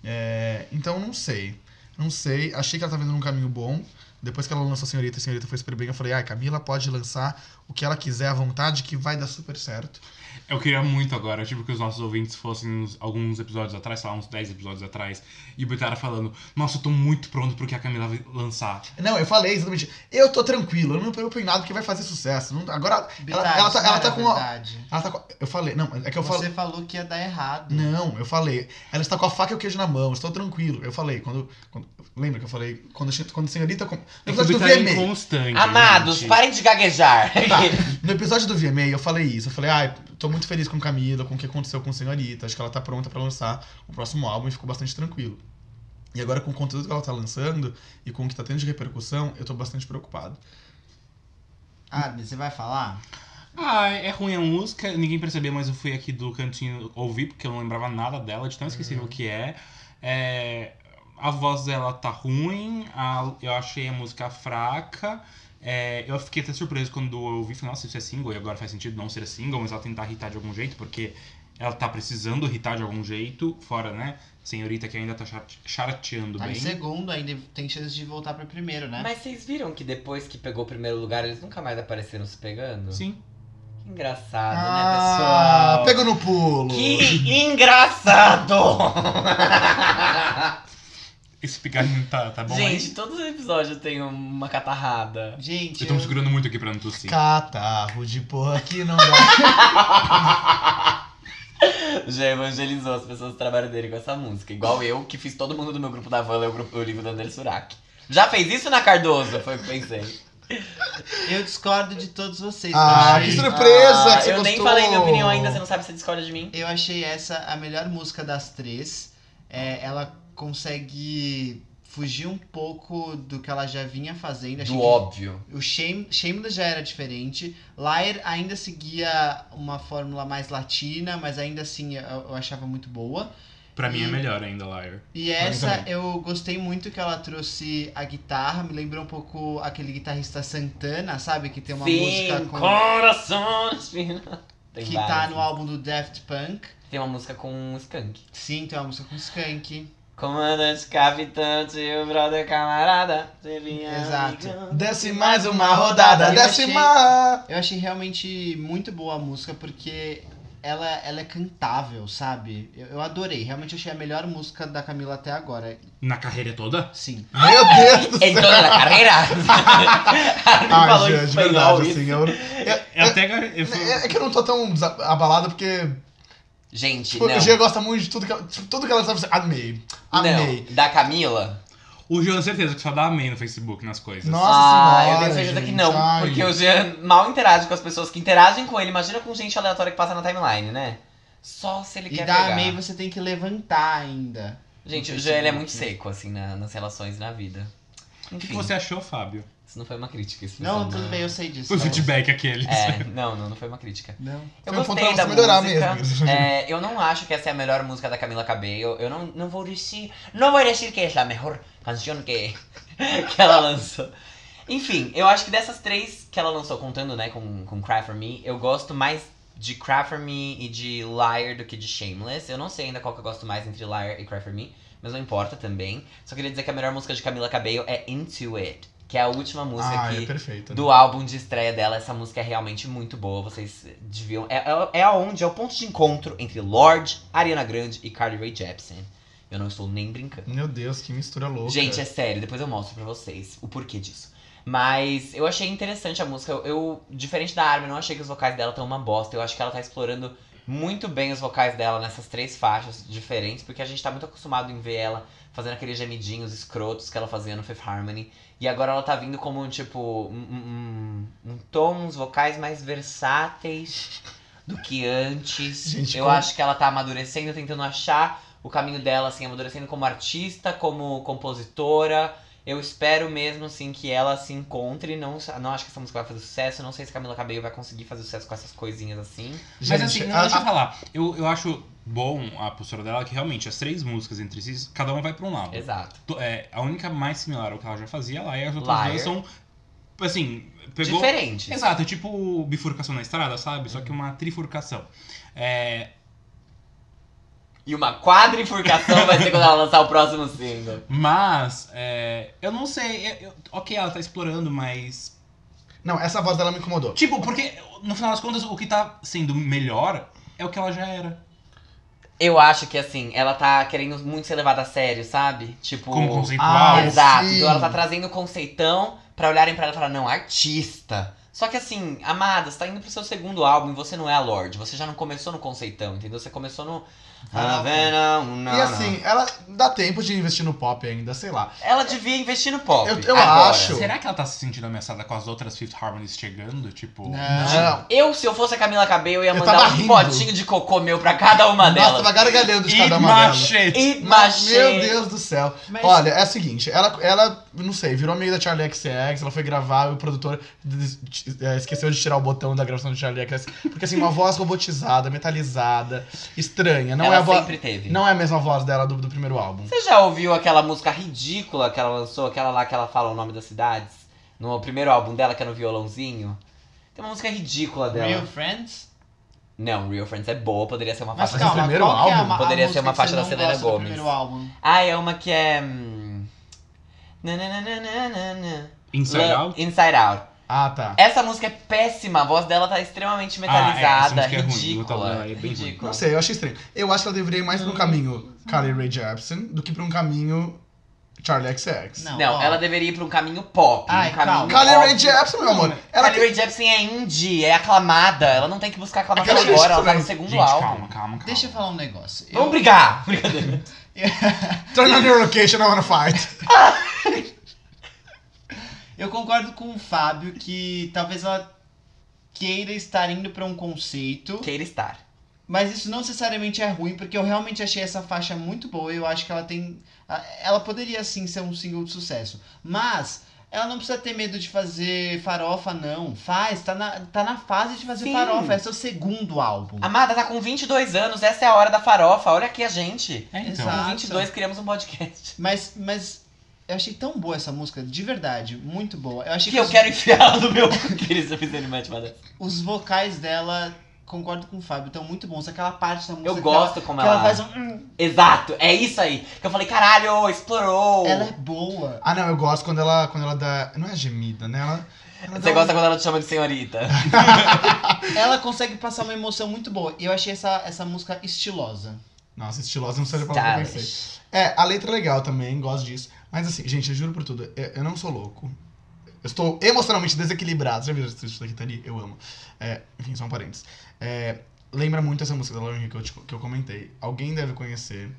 Speaker 8: É, então não sei. Não sei. Achei que ela tava indo num caminho bom. Depois que ela lançou Senhorita, e Senhorita foi super bem. Eu falei, ah, Camila pode lançar o que ela quiser à vontade, que vai dar super certo.
Speaker 5: Eu queria muito agora, tipo, que os nossos ouvintes fossem uns- alguns episódios atrás, sei lá, uns 10 episódios atrás, e o Bitara falando, nossa, eu tô muito pronto pro que a Camila vai lançar.
Speaker 8: Não, eu falei exatamente. Eu tô tranquilo, eu não me preocupo em nada porque vai fazer sucesso. Não- agora, ela, ela, tá, ela tá com. a-
Speaker 3: Verdade.
Speaker 8: Ela tá com. Eu falei, não, é que eu falei.
Speaker 3: Você falou que ia dar errado.
Speaker 8: Não, eu falei. Ela está com a faca e o queijo na mão, estou tranquilo. Eu falei, quando. quando- lembra que eu falei? Quando, quando senhorita. com-
Speaker 5: É
Speaker 8: No
Speaker 5: que o
Speaker 8: episódio do
Speaker 5: Bitara é
Speaker 8: VMA.
Speaker 5: inconstante.
Speaker 4: Amados,
Speaker 5: gente.
Speaker 4: parem de gaguejar.
Speaker 8: Tá. No episódio do VMA eu falei isso. Eu falei, ai, tô muito feliz com Camila, com o que aconteceu com Senhorita. Acho que ela tá pronta pra lançar o próximo álbum e ficou bastante tranquilo. E agora com o conteúdo que ela tá lançando e com o que tá tendo de repercussão, eu tô bastante preocupado.
Speaker 3: Ah, mas você vai falar?
Speaker 5: Ah, é ruim a música, ninguém percebeu, mas eu fui aqui do cantinho ouvir, porque eu não lembrava nada dela, de tão
Speaker 3: Uhum.
Speaker 5: esquecível que é. É, A voz dela tá ruim, a- eu achei a música fraca. É, eu fiquei até surpreso quando eu ouvi, falei, nossa, isso é single, e agora faz sentido não ser single, mas ela tentar hitar de algum jeito, porque ela tá precisando hitar de algum jeito, fora, né? Senhorita que ainda tá chart- charteando
Speaker 3: Tá em
Speaker 5: bem.
Speaker 3: segundo ainda, tem chance de voltar pra primeiro, né?
Speaker 4: Mas vocês viram que depois que pegou o primeiro lugar, eles nunca mais apareceram se pegando?
Speaker 5: Sim.
Speaker 4: Que engraçado,
Speaker 8: Ah,
Speaker 4: né, pessoal?
Speaker 8: pega no pulo!
Speaker 4: Que engraçado!
Speaker 5: Esse picarrinho tá, tá bom aí?
Speaker 4: Gente, todos os episódios tem uma catarrada.
Speaker 3: Gente,
Speaker 5: Eu tô me
Speaker 3: eu-
Speaker 5: segurando muito aqui pra não tossir.
Speaker 8: Catarro de porra que não dá.
Speaker 4: Já evangelizou as pessoas do trabalho dele com essa música. Igual eu, que fiz todo mundo do meu grupo da van ler o, grupo, o livro do André Surak. Já fez isso na Cardoso? Foi o que pensei.
Speaker 3: eu discordo de todos vocês. tá,
Speaker 8: Ah,
Speaker 3: eu,
Speaker 8: que
Speaker 3: achei,
Speaker 8: surpresa!
Speaker 4: Ah,
Speaker 8: que você
Speaker 4: eu nem
Speaker 8: gostou.
Speaker 4: falei minha opinião ainda, você não sabe se discorda de mim.
Speaker 3: eu achei essa a melhor música das três. É, ela consegue fugir um pouco do que ela já vinha fazendo. Achei
Speaker 4: Do
Speaker 3: que
Speaker 4: óbvio.
Speaker 3: O Shame, Shameless já era diferente. Liar ainda seguia uma fórmula mais latina, mas ainda assim eu, eu achava muito boa.
Speaker 5: Pra mim é
Speaker 3: E-
Speaker 5: melhor ainda, Liar.
Speaker 3: E
Speaker 5: mim
Speaker 3: essa
Speaker 5: também.
Speaker 3: eu gostei muito que ela trouxe a guitarra, me lembrou um pouco aquele guitarrista Santana, sabe? Que tem uma música
Speaker 4: Sim,
Speaker 3: com-
Speaker 4: coração espina. Tem
Speaker 3: que
Speaker 4: várias. né?
Speaker 3: tá no álbum do Daft Punk.
Speaker 4: Tem uma música com um skunk.
Speaker 3: Sim, tem uma música com Skank.
Speaker 4: Comandante, capitante, o brother camarada. Você vinha
Speaker 3: Exato.
Speaker 4: amigão.
Speaker 8: Desce mais uma rodada,
Speaker 3: Eu
Speaker 8: desce
Speaker 3: achei-
Speaker 8: mais!
Speaker 3: Eu achei realmente muito boa a música porque ela, ela é cantável, sabe? Eu, eu adorei, realmente achei a melhor música da Camila até agora.
Speaker 5: Na carreira toda?
Speaker 3: Sim.
Speaker 8: Meu Deus do
Speaker 4: Em
Speaker 8: céu!
Speaker 4: toda a carreira. Ele falou em
Speaker 8: Ai, Ah, gente, de
Speaker 4: espanhol
Speaker 8: verdade,
Speaker 4: isso.
Speaker 8: assim, eu, eu-
Speaker 5: Eu até. Eu fui-
Speaker 8: É, é que eu não tô tão desa- abalado porque
Speaker 4: Gente,
Speaker 8: tipo,
Speaker 4: não.
Speaker 8: o Gia gosta muito de tudo que ela, tipo, tudo que ela sabe. Amei. Amei.
Speaker 4: Não, da Camila?
Speaker 5: O Jean, certeza que só dá amém no Facebook nas coisas.
Speaker 8: Nossa
Speaker 4: ah,
Speaker 8: senhora,
Speaker 4: eu tenho certeza que
Speaker 8: gente,
Speaker 4: não.
Speaker 8: ai.
Speaker 4: Porque o Jean mal interage com as pessoas que interagem com ele. Imagina com gente aleatória que passa na timeline, né? Só se ele
Speaker 3: E
Speaker 4: quer
Speaker 3: da
Speaker 4: pegar.
Speaker 3: Amei você tem que levantar ainda.
Speaker 4: Gente, o Jean ele é muito seco, assim, na- nas relações e na vida.
Speaker 5: O que, que
Speaker 4: Enfim,
Speaker 5: você achou, Fábio?
Speaker 4: isso não foi uma crítica. Isso foi só
Speaker 3: Não,
Speaker 4: uma-
Speaker 3: tudo bem, eu sei disso.
Speaker 5: Foi o
Speaker 3: Tá bom.
Speaker 5: feedback aquele.
Speaker 4: É, não, não, não foi uma crítica.
Speaker 3: Não.
Speaker 4: Eu
Speaker 8: Foi um ponto
Speaker 4: gostei
Speaker 8: pra
Speaker 4: da
Speaker 8: você melhorar
Speaker 4: música.
Speaker 8: mesmo.
Speaker 4: É, eu não acho que essa é a melhor música da Camila Cabello. Eu não, não vou dizer, não vou dizer que é a melhor canção que que ela lançou. Enfim, eu acho que dessas três que ela lançou contando, né, com, com Cry For Me, eu gosto mais de Cry For Me e de Liar do que de Shameless. Eu não sei ainda qual que eu gosto mais entre Liar e Cry For Me, mas não importa também. Só queria dizer que a melhor música de Camila Cabello é Into It, que é a última música
Speaker 8: ah,
Speaker 4: que
Speaker 8: é perfeito. né?
Speaker 4: do álbum de estreia dela. Essa música é realmente muito boa. Vocês deviam. É, é, é aonde é o ponto de encontro entre Lorde, Ariana Grande e Carly Rae Jepsen. Eu não estou nem brincando.
Speaker 8: Meu Deus, que mistura louca.
Speaker 4: Gente, é sério, depois eu mostro pra vocês o porquê disso. Mas eu achei interessante a música. Eu, eu- diferente da Armin, eu não achei que os vocais dela estão uma bosta. Eu acho que ela tá explorando muito bem os vocais dela nessas três faixas diferentes, porque a gente tá muito acostumado em ver ela fazendo aqueles gemidinhos escrotos que ela fazia no Fifth Harmony. E agora ela tá vindo como um tipo. Um, um, um, um tom, uns vocais mais versáteis do que antes.
Speaker 8: Gente,
Speaker 4: eu
Speaker 8: como-
Speaker 4: acho que ela tá amadurecendo, tentando achar o caminho dela, assim, amadurecendo como artista, como compositora. Eu espero mesmo, assim, que ela se encontre. Não, não acho que essa música vai fazer sucesso. Não sei se Camila Cabello vai conseguir fazer sucesso com essas coisinhas assim.
Speaker 5: Mas
Speaker 8: Gente,
Speaker 5: assim, não,
Speaker 8: a-
Speaker 5: deixa eu
Speaker 8: a-
Speaker 5: falar. Eu, eu acho bom a postura dela que realmente as três músicas entre si, cada uma vai pra um lado.
Speaker 4: Exato.
Speaker 5: To- É, a única mais similar ao que ela já fazia lá e as outras
Speaker 4: Liar.
Speaker 5: duas são. Assim, pegou.
Speaker 4: Diferentes.
Speaker 5: Exato, é tipo bifurcação na estrada, sabe? Só que uma trifurcação. É,
Speaker 4: E uma quadrifurcação vai ser quando ela lançar o próximo single.
Speaker 5: mas, é, eu não sei. eu- eu- ok, ela tá explorando, mas.
Speaker 8: Não, essa voz dela me incomodou.
Speaker 5: Tipo, porque no final das contas o que tá sendo melhor é o que ela já era.
Speaker 4: Eu acho que, assim, ela tá querendo muito ser levada a sério, sabe? Tipo.
Speaker 5: Como conceitual.
Speaker 8: Ah,
Speaker 4: Exato.
Speaker 8: sim.
Speaker 4: Então ela tá trazendo o conceitão pra olharem pra ela e falar, não, artista. Só que assim, amada, você tá indo pro seu segundo álbum e você não é a Lorde. Você já não começou no conceitão, entendeu? Você começou no.
Speaker 8: Ah,
Speaker 4: Ah, vê, não, não,
Speaker 8: e assim, ela dá tempo de investir no pop ainda, sei lá.
Speaker 4: não. Ela devia investir no pop.
Speaker 8: Eu- eu
Speaker 4: agora.
Speaker 8: acho.
Speaker 5: Será que ela tá se sentindo ameaçada com as outras Fifth Harmonies chegando? Tipo.
Speaker 8: Não.
Speaker 4: Eu, se eu fosse a Camila Cabello, ia
Speaker 8: Eu
Speaker 4: mandar
Speaker 8: tava
Speaker 4: um
Speaker 8: rindo.
Speaker 4: potinho de cocô meu pra cada uma
Speaker 8: Nossa,
Speaker 4: delas.
Speaker 8: tava gargalhando de cada
Speaker 5: E
Speaker 8: uma delas.
Speaker 5: machete.
Speaker 4: E
Speaker 8: Mas,
Speaker 4: machê.
Speaker 8: Meu Deus do céu.
Speaker 3: Mas-
Speaker 8: Olha, é o seguinte, ela, ela, não sei, virou meio da Charlie XX, ela foi gravar e o produtor des- t- eh, esqueceu de tirar o botão da gravação de Charlie XX. Porque assim, uma voz robotizada, metalizada, estranha.
Speaker 4: ela
Speaker 8: Não, é a, voz,
Speaker 4: sempre teve.
Speaker 8: não é a mesma voz dela do, do primeiro álbum.
Speaker 4: Você já ouviu aquela música ridícula que ela lançou, aquela lá que ela fala o nome das cidades? No primeiro álbum dela, que é no violãozinho? Tem uma música ridícula dela.
Speaker 3: Real Friends?
Speaker 4: Não, Real Friends é boa, poderia ser uma
Speaker 3: Mas
Speaker 4: faixa.
Speaker 8: calma.
Speaker 3: calma,
Speaker 8: primeiro
Speaker 3: qual que é a,
Speaker 8: álbum?
Speaker 3: ma- a
Speaker 4: Poderia ser
Speaker 3: música
Speaker 4: uma
Speaker 3: que
Speaker 4: faixa
Speaker 3: você
Speaker 4: da
Speaker 3: não
Speaker 4: Selena
Speaker 3: gosta do
Speaker 4: Gomez.
Speaker 3: primeiro álbum?
Speaker 4: Ah, é uma que é. hum, nananana.
Speaker 5: Inside
Speaker 4: Le-
Speaker 5: Out?
Speaker 4: Inside Out.
Speaker 8: Ah, tá.
Speaker 4: Essa música é péssima, a voz dela tá extremamente
Speaker 5: essa
Speaker 4: metalizada,
Speaker 5: música é ruim, eu
Speaker 4: ridícula.
Speaker 5: tava- é bem ruim.
Speaker 4: ridícula.
Speaker 8: Não sei, eu achei estranho. Eu acho que ela deveria ir mais pra um caminho Carly Rae Jepsen do que pra um caminho Charlie XX.
Speaker 3: Não,
Speaker 4: Não,
Speaker 3: ó.
Speaker 4: ela deveria ir pra um caminho pop.
Speaker 3: Ai,
Speaker 4: um caminho
Speaker 3: calma.
Speaker 8: Carly Rae
Speaker 4: óbvio.
Speaker 8: Jepsen, meu amor. Ela
Speaker 4: Carly Rae Jepsen é indie, é aclamada. Ela não tem que buscar aclamação
Speaker 8: Aquela
Speaker 4: agora, ela tá no
Speaker 8: estranha.
Speaker 4: segundo
Speaker 5: Gente,
Speaker 4: álbum.
Speaker 5: calma, calma, calma.
Speaker 3: Deixa eu falar um negócio.
Speaker 4: Vamos brigar! Brincadeira.
Speaker 8: Turn on your location, I wanna fight.
Speaker 3: Eu concordo com o Fábio que talvez ela queira estar indo pra um conceito,
Speaker 4: Queira estar.
Speaker 3: mas isso não necessariamente é ruim, porque eu realmente achei essa faixa muito boa e eu acho que ela tem. a- Ela poderia sim ser um single de sucesso, mas. Ela não precisa ter medo de fazer farofa, não. Faz, tá na, tá na fase de fazer
Speaker 4: Sim.
Speaker 3: farofa. Esse é o segundo álbum.
Speaker 4: Amada, tá com 22 anos, essa é a hora da farofa. Olha aqui a gente.
Speaker 5: É, então.
Speaker 3: Exato.
Speaker 4: Com 22 criamos um podcast.
Speaker 3: Mas, mas eu achei tão boa essa música, de verdade, muito boa. Eu achei
Speaker 4: Que eu
Speaker 3: os,
Speaker 4: quero enfiar no meu. Queria se eu fizer animate, mas.
Speaker 3: os vocais dela, concordo com o Fábio, estão muito bons. Aquela parte da música.
Speaker 4: Eu
Speaker 3: que
Speaker 4: gosto como
Speaker 3: Ela, que
Speaker 4: ela.
Speaker 3: ela faz um.
Speaker 4: Exato, é isso aí. Que eu falei, caralho, explorou.
Speaker 3: Ela é boa.
Speaker 8: Ah, não, eu gosto quando ela, quando ela dá. Não é gemida, né? Ela, ela
Speaker 4: Você
Speaker 8: dá
Speaker 4: gosta quando ela te chama de senhorita.
Speaker 3: Ela consegue passar uma emoção muito boa. E eu achei essa, essa música estilosa.
Speaker 8: Nossa, estilosa não seria pra
Speaker 4: Tá,
Speaker 8: que eu pensei.
Speaker 4: Stylish.
Speaker 8: É, a letra é legal também, gosto disso. Mas assim, gente, eu juro por tudo, eu, eu não sou louco. Eu estou emocionalmente desequilibrado. Já viu isso daqui tá ali? Eu amo. É, enfim, só um parênteses. É, lembra muito essa música da Lauren Hill que eu, te- que eu comentei. Alguém deve conhecer.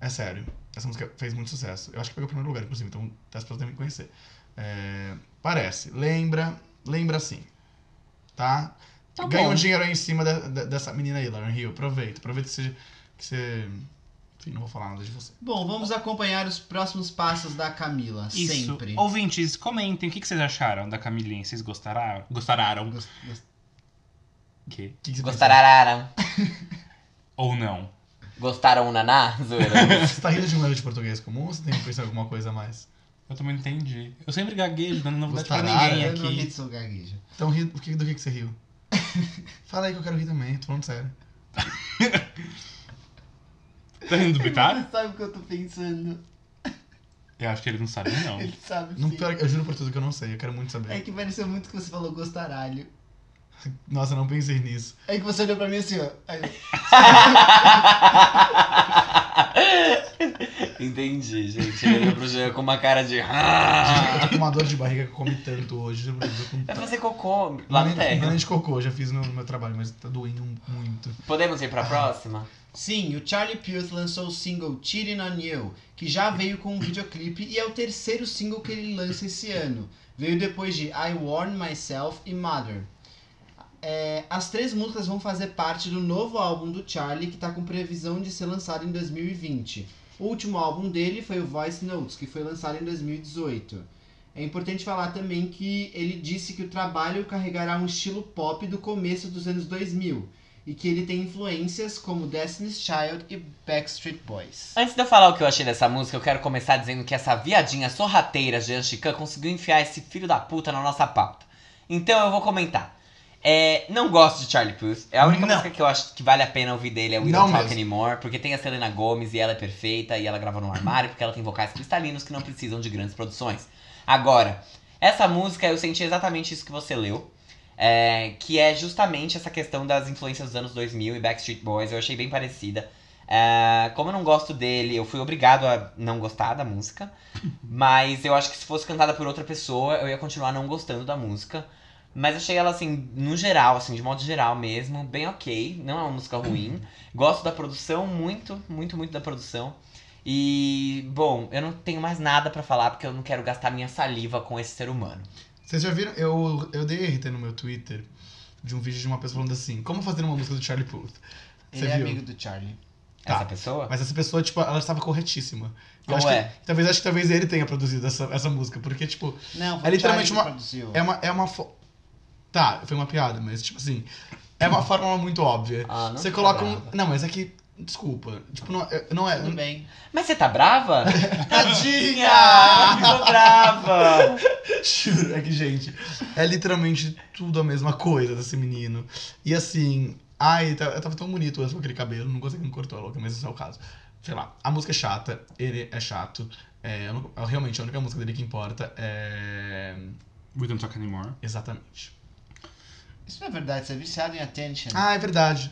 Speaker 8: É sério. Essa música fez muito sucesso. Eu acho que pegou o primeiro lugar, inclusive, então as pessoas devem conhecer. É, parece. Lembra. Lembra sim. Tá?
Speaker 4: Tá
Speaker 8: Ganha
Speaker 4: bom.
Speaker 8: um dinheiro aí em cima da- da- dessa menina aí, Lauren Hill. Aproveita. Aproveita que você, que você. Enfim, não vou falar nada de você.
Speaker 3: Bom, vamos acompanhar os próximos passos da Camila,
Speaker 5: Isso.
Speaker 3: sempre.
Speaker 5: Ouvintes, comentem o que que vocês acharam da Camilinha. Vocês gostaram? Gostaram?
Speaker 3: Gost- gost-
Speaker 5: Que?
Speaker 8: Que que você
Speaker 4: Gostararam?
Speaker 5: Ou não?
Speaker 4: Gostaram o naná? Zoeira.
Speaker 8: pensa? Você tá rindo de um erro de português comum ou você tem que pensar em alguma coisa a mais?
Speaker 5: Eu também não entendi. Eu sempre gaguejo, dando novidade pra
Speaker 3: Tarara,
Speaker 5: ninguém
Speaker 3: eu não ri
Speaker 5: aqui.
Speaker 3: do seu gaguejo.
Speaker 8: Então, ri, do, que, do que que você riu? Fala aí que eu quero rir também, tô falando sério.
Speaker 5: Tá rindo do Bitar?
Speaker 3: Você sabe o que eu tô pensando.
Speaker 5: Eu acho que ele não sabe, não.
Speaker 3: Ele sabe
Speaker 8: Não,
Speaker 3: sim.
Speaker 8: pior, que- eu juro por tudo que eu não sei, eu quero muito saber.
Speaker 3: É que pareceu muito que você falou gostaralho.
Speaker 8: Nossa, eu não pensei nisso.
Speaker 3: É que você olhou pra mim assim, ó. Aí,
Speaker 4: Entendi, gente. Ele olhou pro Jean com uma cara de.
Speaker 3: Ah.
Speaker 4: "Ah."
Speaker 8: Eu tô com uma dor de barriga que eu comi tanto hoje. juro por tudo, eu
Speaker 4: Vai
Speaker 8: tô com-
Speaker 4: fazer cocô lá
Speaker 8: Não
Speaker 4: no
Speaker 8: é nem- não é
Speaker 4: térreo.
Speaker 8: nem de cocô, já fiz no, no meu trabalho, mas tá doendo muito.
Speaker 4: Podemos ir pra próxima?
Speaker 3: Sim, o Charlie Puth lançou o single Cheating on You, que já veio com um videoclipe e é o terceiro single que ele lança esse ano. Veio depois de I Warn Myself e Mother. É, as três músicas vão fazer parte do novo álbum do Charlie, que está com previsão de ser lançado em 2020. O último álbum dele foi o Voice Notes, que foi lançado em 2018. É importante falar também que ele disse que o trabalho carregará um estilo pop do começo dos anos 2000 e que ele tem influências como Destiny's Child e Backstreet Boys.
Speaker 4: Antes de eu falar o que eu achei dessa música, eu quero começar dizendo que essa viadinha sorrateira Jean Chican conseguiu enfiar esse filho da puta na nossa pauta. Então eu vou comentar. É, não gosto de Charlie Puth. É a única
Speaker 8: Não.
Speaker 4: música que eu acho que vale a pena ouvir dele é We
Speaker 8: Não
Speaker 4: Don't Talk
Speaker 8: mesmo.
Speaker 4: Anymore, porque tem a Selena Gomes e ela é perfeita e ela grava no armário porque ela tem vocais cristalinos que não precisam de grandes produções. Agora, essa música eu senti exatamente isso que você leu. é, que é justamente essa questão das influências dos anos 2000 e Backstreet Boys, eu achei bem parecida. É, como eu não gosto dele, eu fui obrigado a não gostar da música. Mas eu acho que se fosse cantada por outra pessoa, eu ia continuar não gostando da música. Mas achei ela, assim, no geral, assim, de modo geral mesmo, bem ok. Não é uma música ruim. Gosto da produção, muito, muito, muito da produção. E, bom, eu não tenho mais nada pra falar porque eu não quero gastar minha saliva com esse ser humano.
Speaker 8: Vocês já viram? Eu, eu dei RT no meu Twitter de um vídeo de uma pessoa falando assim: como fazer uma música do Charlie Puth? Você
Speaker 3: Ele é
Speaker 8: viu?
Speaker 3: amigo do Charlie.
Speaker 8: Tá.
Speaker 4: Essa pessoa?
Speaker 8: Mas essa pessoa, tipo, ela estava corretíssima. Eu
Speaker 4: Qual
Speaker 8: acho que-
Speaker 4: é?
Speaker 8: talvez acho que talvez ele tenha produzido essa, essa música, porque, tipo,
Speaker 3: Não,
Speaker 8: É literalmente uma-
Speaker 3: produziu.
Speaker 8: é uma. É uma fo- Tá, foi uma piada, mas, tipo assim, é uma fórmula muito óbvia.
Speaker 4: Ah, não
Speaker 8: Você
Speaker 4: fica
Speaker 8: coloca um.
Speaker 4: brava.
Speaker 8: Não, mas é que. Desculpa. Tipo, não, é- não é.
Speaker 3: Tudo bem.
Speaker 4: Mas você tá brava?
Speaker 8: Tadinha!
Speaker 4: Ah, ficou brava!
Speaker 8: Juro, é que, gente, é literalmente tudo a mesma coisa desse menino. E assim, ai, tá- eu tava tão bonito antes com aquele cabelo, não consegui me cortou a louca, mas esse é o caso. Sei lá, a música é chata, ele é chato. É, eu não- realmente, a única música dele que importa é.
Speaker 5: We don't talk anymore.
Speaker 8: Exatamente.
Speaker 3: Isso não é verdade, você é viciado em attention.
Speaker 8: Ah, é verdade.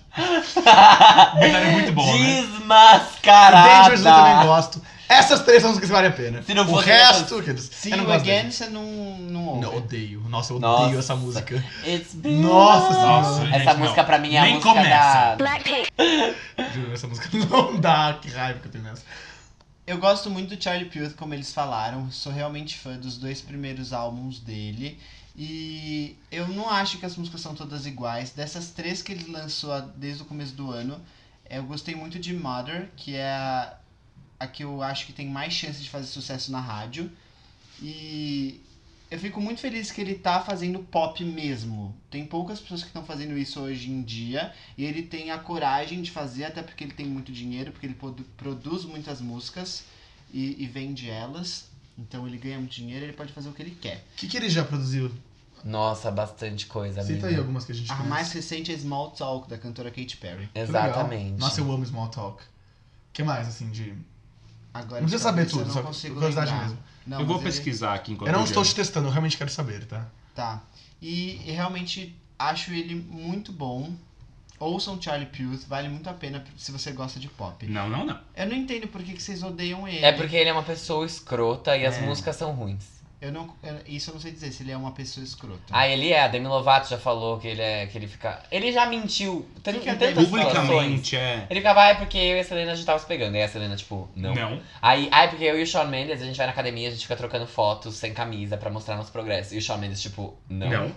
Speaker 5: Bitar é muito bom, né?
Speaker 4: Desmascarada!
Speaker 8: Dangerous eu também gosto. Essas três são as que valem a pena.
Speaker 4: Se não
Speaker 8: o
Speaker 4: fosse
Speaker 8: resto, que eles.
Speaker 3: See
Speaker 8: eu não
Speaker 3: you
Speaker 8: gosto
Speaker 3: again,
Speaker 8: dele.
Speaker 3: você não, não ouve.
Speaker 8: Não, odeio. Nossa, eu
Speaker 4: Nossa.
Speaker 8: odeio essa música.
Speaker 4: It's been
Speaker 8: Nossa
Speaker 4: a-
Speaker 8: senhora.
Speaker 5: Nossa,
Speaker 4: Essa
Speaker 5: gente,
Speaker 4: música
Speaker 5: não.
Speaker 4: pra mim é a
Speaker 5: Nem
Speaker 4: música
Speaker 5: começa.
Speaker 4: da.
Speaker 8: Juro, essa música não dá. Que raiva que eu tenho nessa.
Speaker 3: Eu gosto muito do Charlie Puth, como eles falaram. Sou realmente fã dos dois primeiros álbuns dele. E eu não acho que as músicas são todas iguais. Dessas três que ele lançou a- desde o começo do ano, eu gostei muito de Mother, que é a, a que eu acho que tem mais chance de fazer sucesso na rádio. E eu fico muito feliz que ele tá fazendo pop mesmo. Tem poucas pessoas que estão fazendo isso hoje em dia. E ele tem a coragem de fazer, até porque ele tem muito dinheiro, porque ele produ- produz muitas músicas e, e vende elas. Então ele ganha muito dinheiro ele pode fazer o que ele quer.
Speaker 8: O que, que ele já produziu?
Speaker 4: Nossa, bastante coisa,
Speaker 8: Cita
Speaker 4: amiga.
Speaker 8: aí algumas que a gente
Speaker 3: A
Speaker 8: conhece.
Speaker 3: mais recente é Small Talk, da cantora Katy Perry.
Speaker 8: Que
Speaker 4: Exatamente.
Speaker 8: legal. Nossa, eu amo Small Talk. que mais, assim, de...
Speaker 3: Agora,
Speaker 8: Não precisa
Speaker 3: de
Speaker 8: saber
Speaker 3: cabeça,
Speaker 8: tudo,
Speaker 3: eu
Speaker 8: só
Speaker 3: não consigo
Speaker 8: curiosidade
Speaker 3: lembrar.
Speaker 8: mesmo.
Speaker 3: Não,
Speaker 5: eu vou
Speaker 3: mas ele-
Speaker 5: pesquisar aqui enquanto
Speaker 8: Eu não
Speaker 4: é
Speaker 5: eu
Speaker 8: estou
Speaker 5: digo.
Speaker 8: te testando, eu realmente quero saber, tá?
Speaker 3: Tá. E, e realmente acho ele muito bom. Ouçam Charlie Puth, vale muito a pena se você gosta de pop.
Speaker 5: Não, não, não.
Speaker 3: Eu não entendo por que, que vocês odeiam ele.
Speaker 4: É porque ele é uma pessoa escrota e
Speaker 8: É.
Speaker 4: as músicas são ruins.
Speaker 3: Eu não, eu- isso eu não sei dizer, se ele é uma pessoa escrota.
Speaker 4: Ah, ele é. A Demi Lovato já falou que ele é. que ele fica. Ele já mentiu tan-
Speaker 3: Que que
Speaker 4: em
Speaker 3: a Demi-
Speaker 4: tantas situações.
Speaker 5: Publicamente, é.
Speaker 4: Ele ficava, ah, é porque eu e a Selena a gente tava se pegando. Aí a Selena, tipo, não.
Speaker 5: Não.
Speaker 4: Aí, ah, é porque eu e o Shawn Mendes, a gente vai na academia, a gente fica trocando fotos sem camisa pra mostrar nosso progresso. E o Shawn Mendes, tipo, não.
Speaker 5: Não.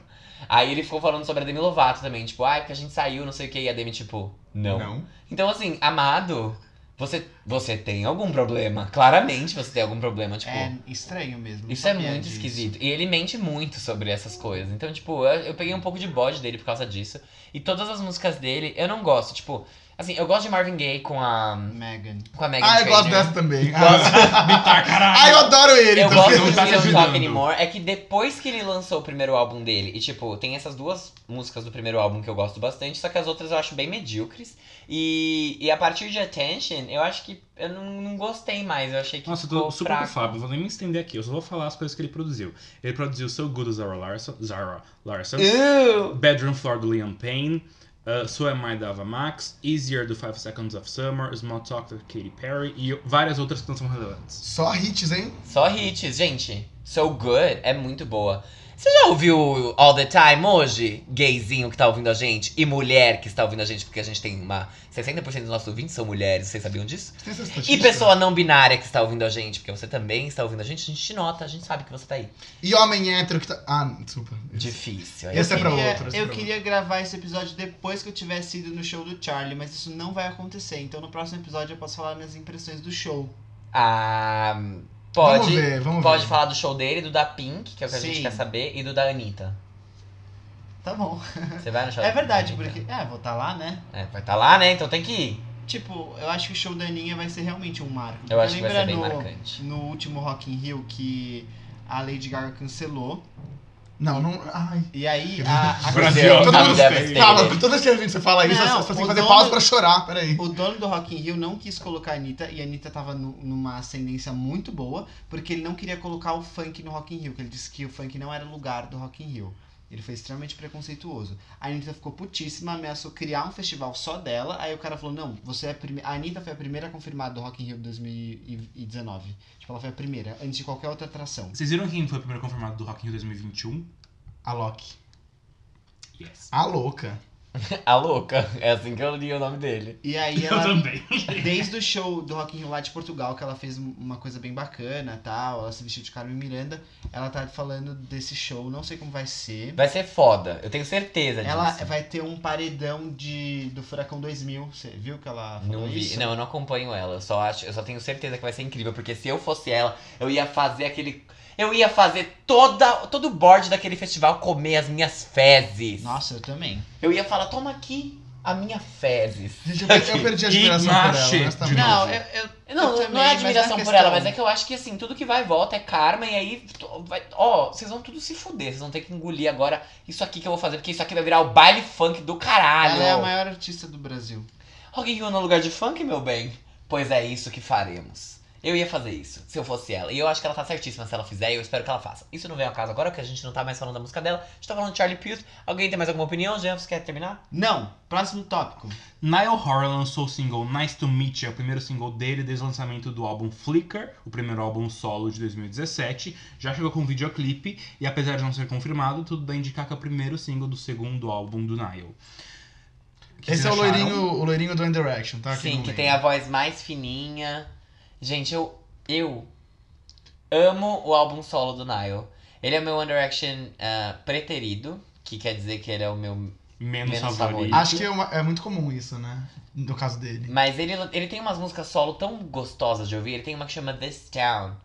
Speaker 4: Aí ele ficou falando sobre a Demi Lovato também, tipo, ai, porque a gente saiu, não sei o que, e a Demi, tipo, não. Então, assim, amado, você, você tem algum problema. Claramente você tem algum problema, tipo.
Speaker 3: É estranho mesmo. não
Speaker 4: Isso é
Speaker 3: sabia
Speaker 4: muito
Speaker 3: disso.
Speaker 4: esquisito. E ele mente muito sobre essas coisas. Então, tipo, eu, eu peguei um pouco de bode dele por causa disso. E todas as músicas dele, eu não gosto. Tipo, Assim, eu gosto de Marvin Gaye com a.
Speaker 3: Megan.
Speaker 4: Com a Megan
Speaker 8: Ah, eu gosto
Speaker 4: Trainor.
Speaker 8: dessa também.
Speaker 5: Tá, caralho.
Speaker 8: Ah, eu adoro ele.
Speaker 4: Eu
Speaker 8: então.
Speaker 4: gosto
Speaker 5: não
Speaker 4: de
Speaker 5: tá
Speaker 4: We
Speaker 5: te
Speaker 4: Don't
Speaker 5: ajudando.
Speaker 4: Talk Anymore. É que depois que ele lançou o primeiro álbum dele, e tipo, tem essas duas músicas do primeiro álbum que eu gosto bastante, só que as outras eu acho bem medíocres. E, e a partir de Attention, eu acho que eu não, não gostei mais. Eu achei que.
Speaker 5: Nossa, eu
Speaker 4: ficou
Speaker 5: tô super
Speaker 4: fraco.
Speaker 5: com o Fábio, vou nem me estender aqui, eu só vou falar as coisas que ele produziu. Ele produziu So Good do Zara Larson, Zara Larson
Speaker 4: Ew.
Speaker 5: Bedroom Floor do Liam Payne, uh, So Am I da Ava Max, Easier do Five Seconds of Summer, Small Talk da Katy Perry e várias outras que não são relevantes.
Speaker 8: Só hits, hein?
Speaker 4: Só hits, gente. So Good é muito boa. Você já ouviu All the Time hoje? Gayzinho que tá ouvindo a gente e mulher que está ouvindo a gente, porque a gente tem uma. 60% dos nossos ouvintes são mulheres, vocês sabiam disso?
Speaker 8: Você tem essa
Speaker 4: E
Speaker 8: estatística?
Speaker 4: pessoa não binária que está ouvindo a gente, porque você também está ouvindo a gente, a gente te nota, a gente sabe que você tá aí.
Speaker 8: E homem hétero que tá. Ah, desculpa.
Speaker 4: Difícil.
Speaker 8: Esse é pra
Speaker 3: queria-
Speaker 8: outro, esse é
Speaker 3: Eu
Speaker 8: pra
Speaker 3: queria gravar esse episódio depois que eu tivesse ido no show do Charlie, mas isso não vai acontecer. Então no próximo episódio eu posso falar minhas impressões do show.
Speaker 4: Ah, pode.
Speaker 8: Vamos ver, vamos
Speaker 4: pode
Speaker 8: ver.
Speaker 4: falar do show dele, do da Pink, que é o que a gente
Speaker 3: Sim.
Speaker 4: quer saber, e do da Anitta.
Speaker 3: Tá bom.
Speaker 8: Uhum.
Speaker 4: Você vai no show
Speaker 3: É
Speaker 4: da
Speaker 3: verdade,
Speaker 4: Anitta?
Speaker 3: porque. É, vou estar lá, né?
Speaker 4: É, vai estar tá lá, né? Então tem que ir.
Speaker 3: Tipo, eu acho que o show da Aninha vai ser realmente um marco.
Speaker 4: Eu acho que vai
Speaker 3: Lembra
Speaker 4: ser bem
Speaker 3: no-
Speaker 4: marcante.
Speaker 3: no último Rock in Rio que a Lady Gaga cancelou.
Speaker 8: Não, não. Ai.
Speaker 3: E aí a, a-
Speaker 5: Brasil,
Speaker 8: todo
Speaker 5: tá
Speaker 8: mundo
Speaker 4: devastated.
Speaker 8: Calma, toda vez que a gente você fala isso,
Speaker 3: Não,
Speaker 8: você tem que
Speaker 3: o
Speaker 8: fazer
Speaker 3: dono-
Speaker 8: pausa pra chorar. Peraí.
Speaker 3: o dono do Rock in Rio não quis colocar a Anitta e a Anitta tava nu- numa ascendência muito boa, porque ele não queria colocar o funk no Rock in Rio, que ele disse que o funk não era lugar do Rock in Rio. Ele foi extremamente preconceituoso. A Anitta ficou putíssima, ameaçou criar um festival só dela. Aí o cara falou: Não, você é a primeira. A Anitta foi a primeira confirmada do Rock in Rio 2019. Tipo, ela foi a primeira, antes de qualquer outra atração.
Speaker 5: Vocês viram quem foi o primeiro confirmado do Rock in Rio 2021?
Speaker 8: A Loki.
Speaker 5: Yes.
Speaker 8: A louca.
Speaker 4: A louca. É assim que eu li o nome dele.
Speaker 3: E aí
Speaker 5: Eu
Speaker 3: ela
Speaker 5: também.
Speaker 3: Desde o show do Rock in Rio lá de Portugal, que ela fez um- uma coisa bem bacana tal, ela se vestiu de Carmen Miranda, ela tá falando desse show, não sei como vai ser.
Speaker 4: Vai ser foda. Eu tenho certeza disso.
Speaker 3: Ela vai ter um paredão de do Furacão 2000, você viu que ela falou
Speaker 4: Não vi.
Speaker 3: isso?
Speaker 4: Não, eu não acompanho ela. Eu só acho, eu só tenho certeza que vai ser incrível, porque se eu fosse ela, eu ia fazer aquele eu ia fazer toda, todo o board daquele festival comer as minhas fezes.
Speaker 3: Nossa, eu também.
Speaker 4: Eu ia falar, toma aqui a minha fezes.
Speaker 8: Gente, eu perdi, eu perdi a admiração por ela,
Speaker 5: Ignace, de
Speaker 8: honestamente.
Speaker 5: novo.
Speaker 3: Não, eu, eu-
Speaker 4: Não,
Speaker 3: eu
Speaker 4: não-
Speaker 3: também,
Speaker 4: não é
Speaker 3: mas
Speaker 4: admiração
Speaker 3: uma
Speaker 4: por ela,
Speaker 3: questão-
Speaker 4: mas é que eu acho que assim, tudo que vai e volta é karma, e aí, t- vai, ó, vocês vão tudo se fuder, vocês vão ter que engolir agora isso aqui que eu vou fazer, porque isso aqui vai virar o baile funk do caralho.
Speaker 3: Ela é a maior artista do Brasil.
Speaker 4: Rock in Rio no lugar de funk, meu bem? Pois é isso que faremos. Eu ia fazer isso, se eu fosse ela. E eu acho que ela tá certíssima se ela fizer, e eu espero que ela faça. Isso não vem ao caso agora, porque a gente não tá mais falando da música dela. A gente tá falando de Charlie Puth. Alguém tem mais alguma opinião? Jean, você quer terminar?
Speaker 3: Não, próximo tópico.
Speaker 5: Niall Horan lançou o single Nice to Meet You, é o primeiro single dele desde o lançamento do álbum Flicker, o primeiro álbum solo de 2017. Já chegou com um videoclipe e apesar de não ser confirmado, tudo dá a indicar que é o primeiro single do segundo álbum do Niall. O que
Speaker 8: Esse
Speaker 5: vocês
Speaker 8: é o
Speaker 5: acharam?
Speaker 8: loirinho, o loirinho do One Direction, tá? Aqui
Speaker 4: Sim,
Speaker 8: no
Speaker 4: que
Speaker 8: meio.
Speaker 4: tem a voz mais fininha. Gente, eu. Eu amo o álbum solo do Nile. Ele é o meu One Direction ah, preterido, que quer dizer que ele é o meu.
Speaker 5: Menos,
Speaker 4: Menos
Speaker 5: favorito.
Speaker 4: favorito.
Speaker 8: Acho que é, uma- é muito comum isso, né? No caso dele.
Speaker 4: Mas ele, ele tem umas músicas solo tão gostosas de ouvir. Ele tem uma que chama This Town,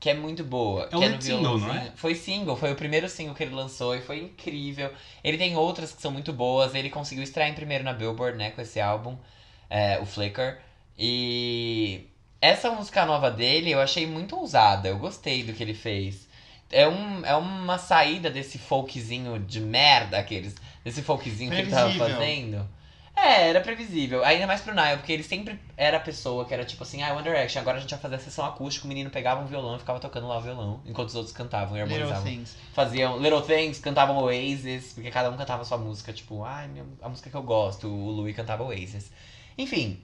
Speaker 4: que é muito boa.
Speaker 5: É o
Speaker 4: que no
Speaker 5: lead single, não é?
Speaker 4: violãozinho. Foi single, foi o primeiro single que ele lançou e foi incrível. Ele tem outras que são muito boas. Ele conseguiu extrair em primeiro na Billboard, né, com esse álbum, é, o Flicker. E essa música nova dele eu achei muito ousada. Eu gostei do que ele fez. É, um, é uma saída desse folkzinho de merda, aqueles. Desse folkzinho que ele tava
Speaker 3: Previsível.
Speaker 4: fazendo. É, era previsível. Ainda mais pro Nile, porque ele sempre era a pessoa que era tipo assim, ah, One Direction, agora a gente vai fazer a sessão acústica, o menino pegava um violão e ficava tocando lá o violão, enquanto os outros cantavam e
Speaker 3: Little
Speaker 4: harmonizavam.
Speaker 3: Things.
Speaker 4: Faziam Little Things, cantavam Oasis, porque cada um cantava a sua música, tipo, ai, minha, a música que eu gosto, o Louis cantava Oasis. Enfim.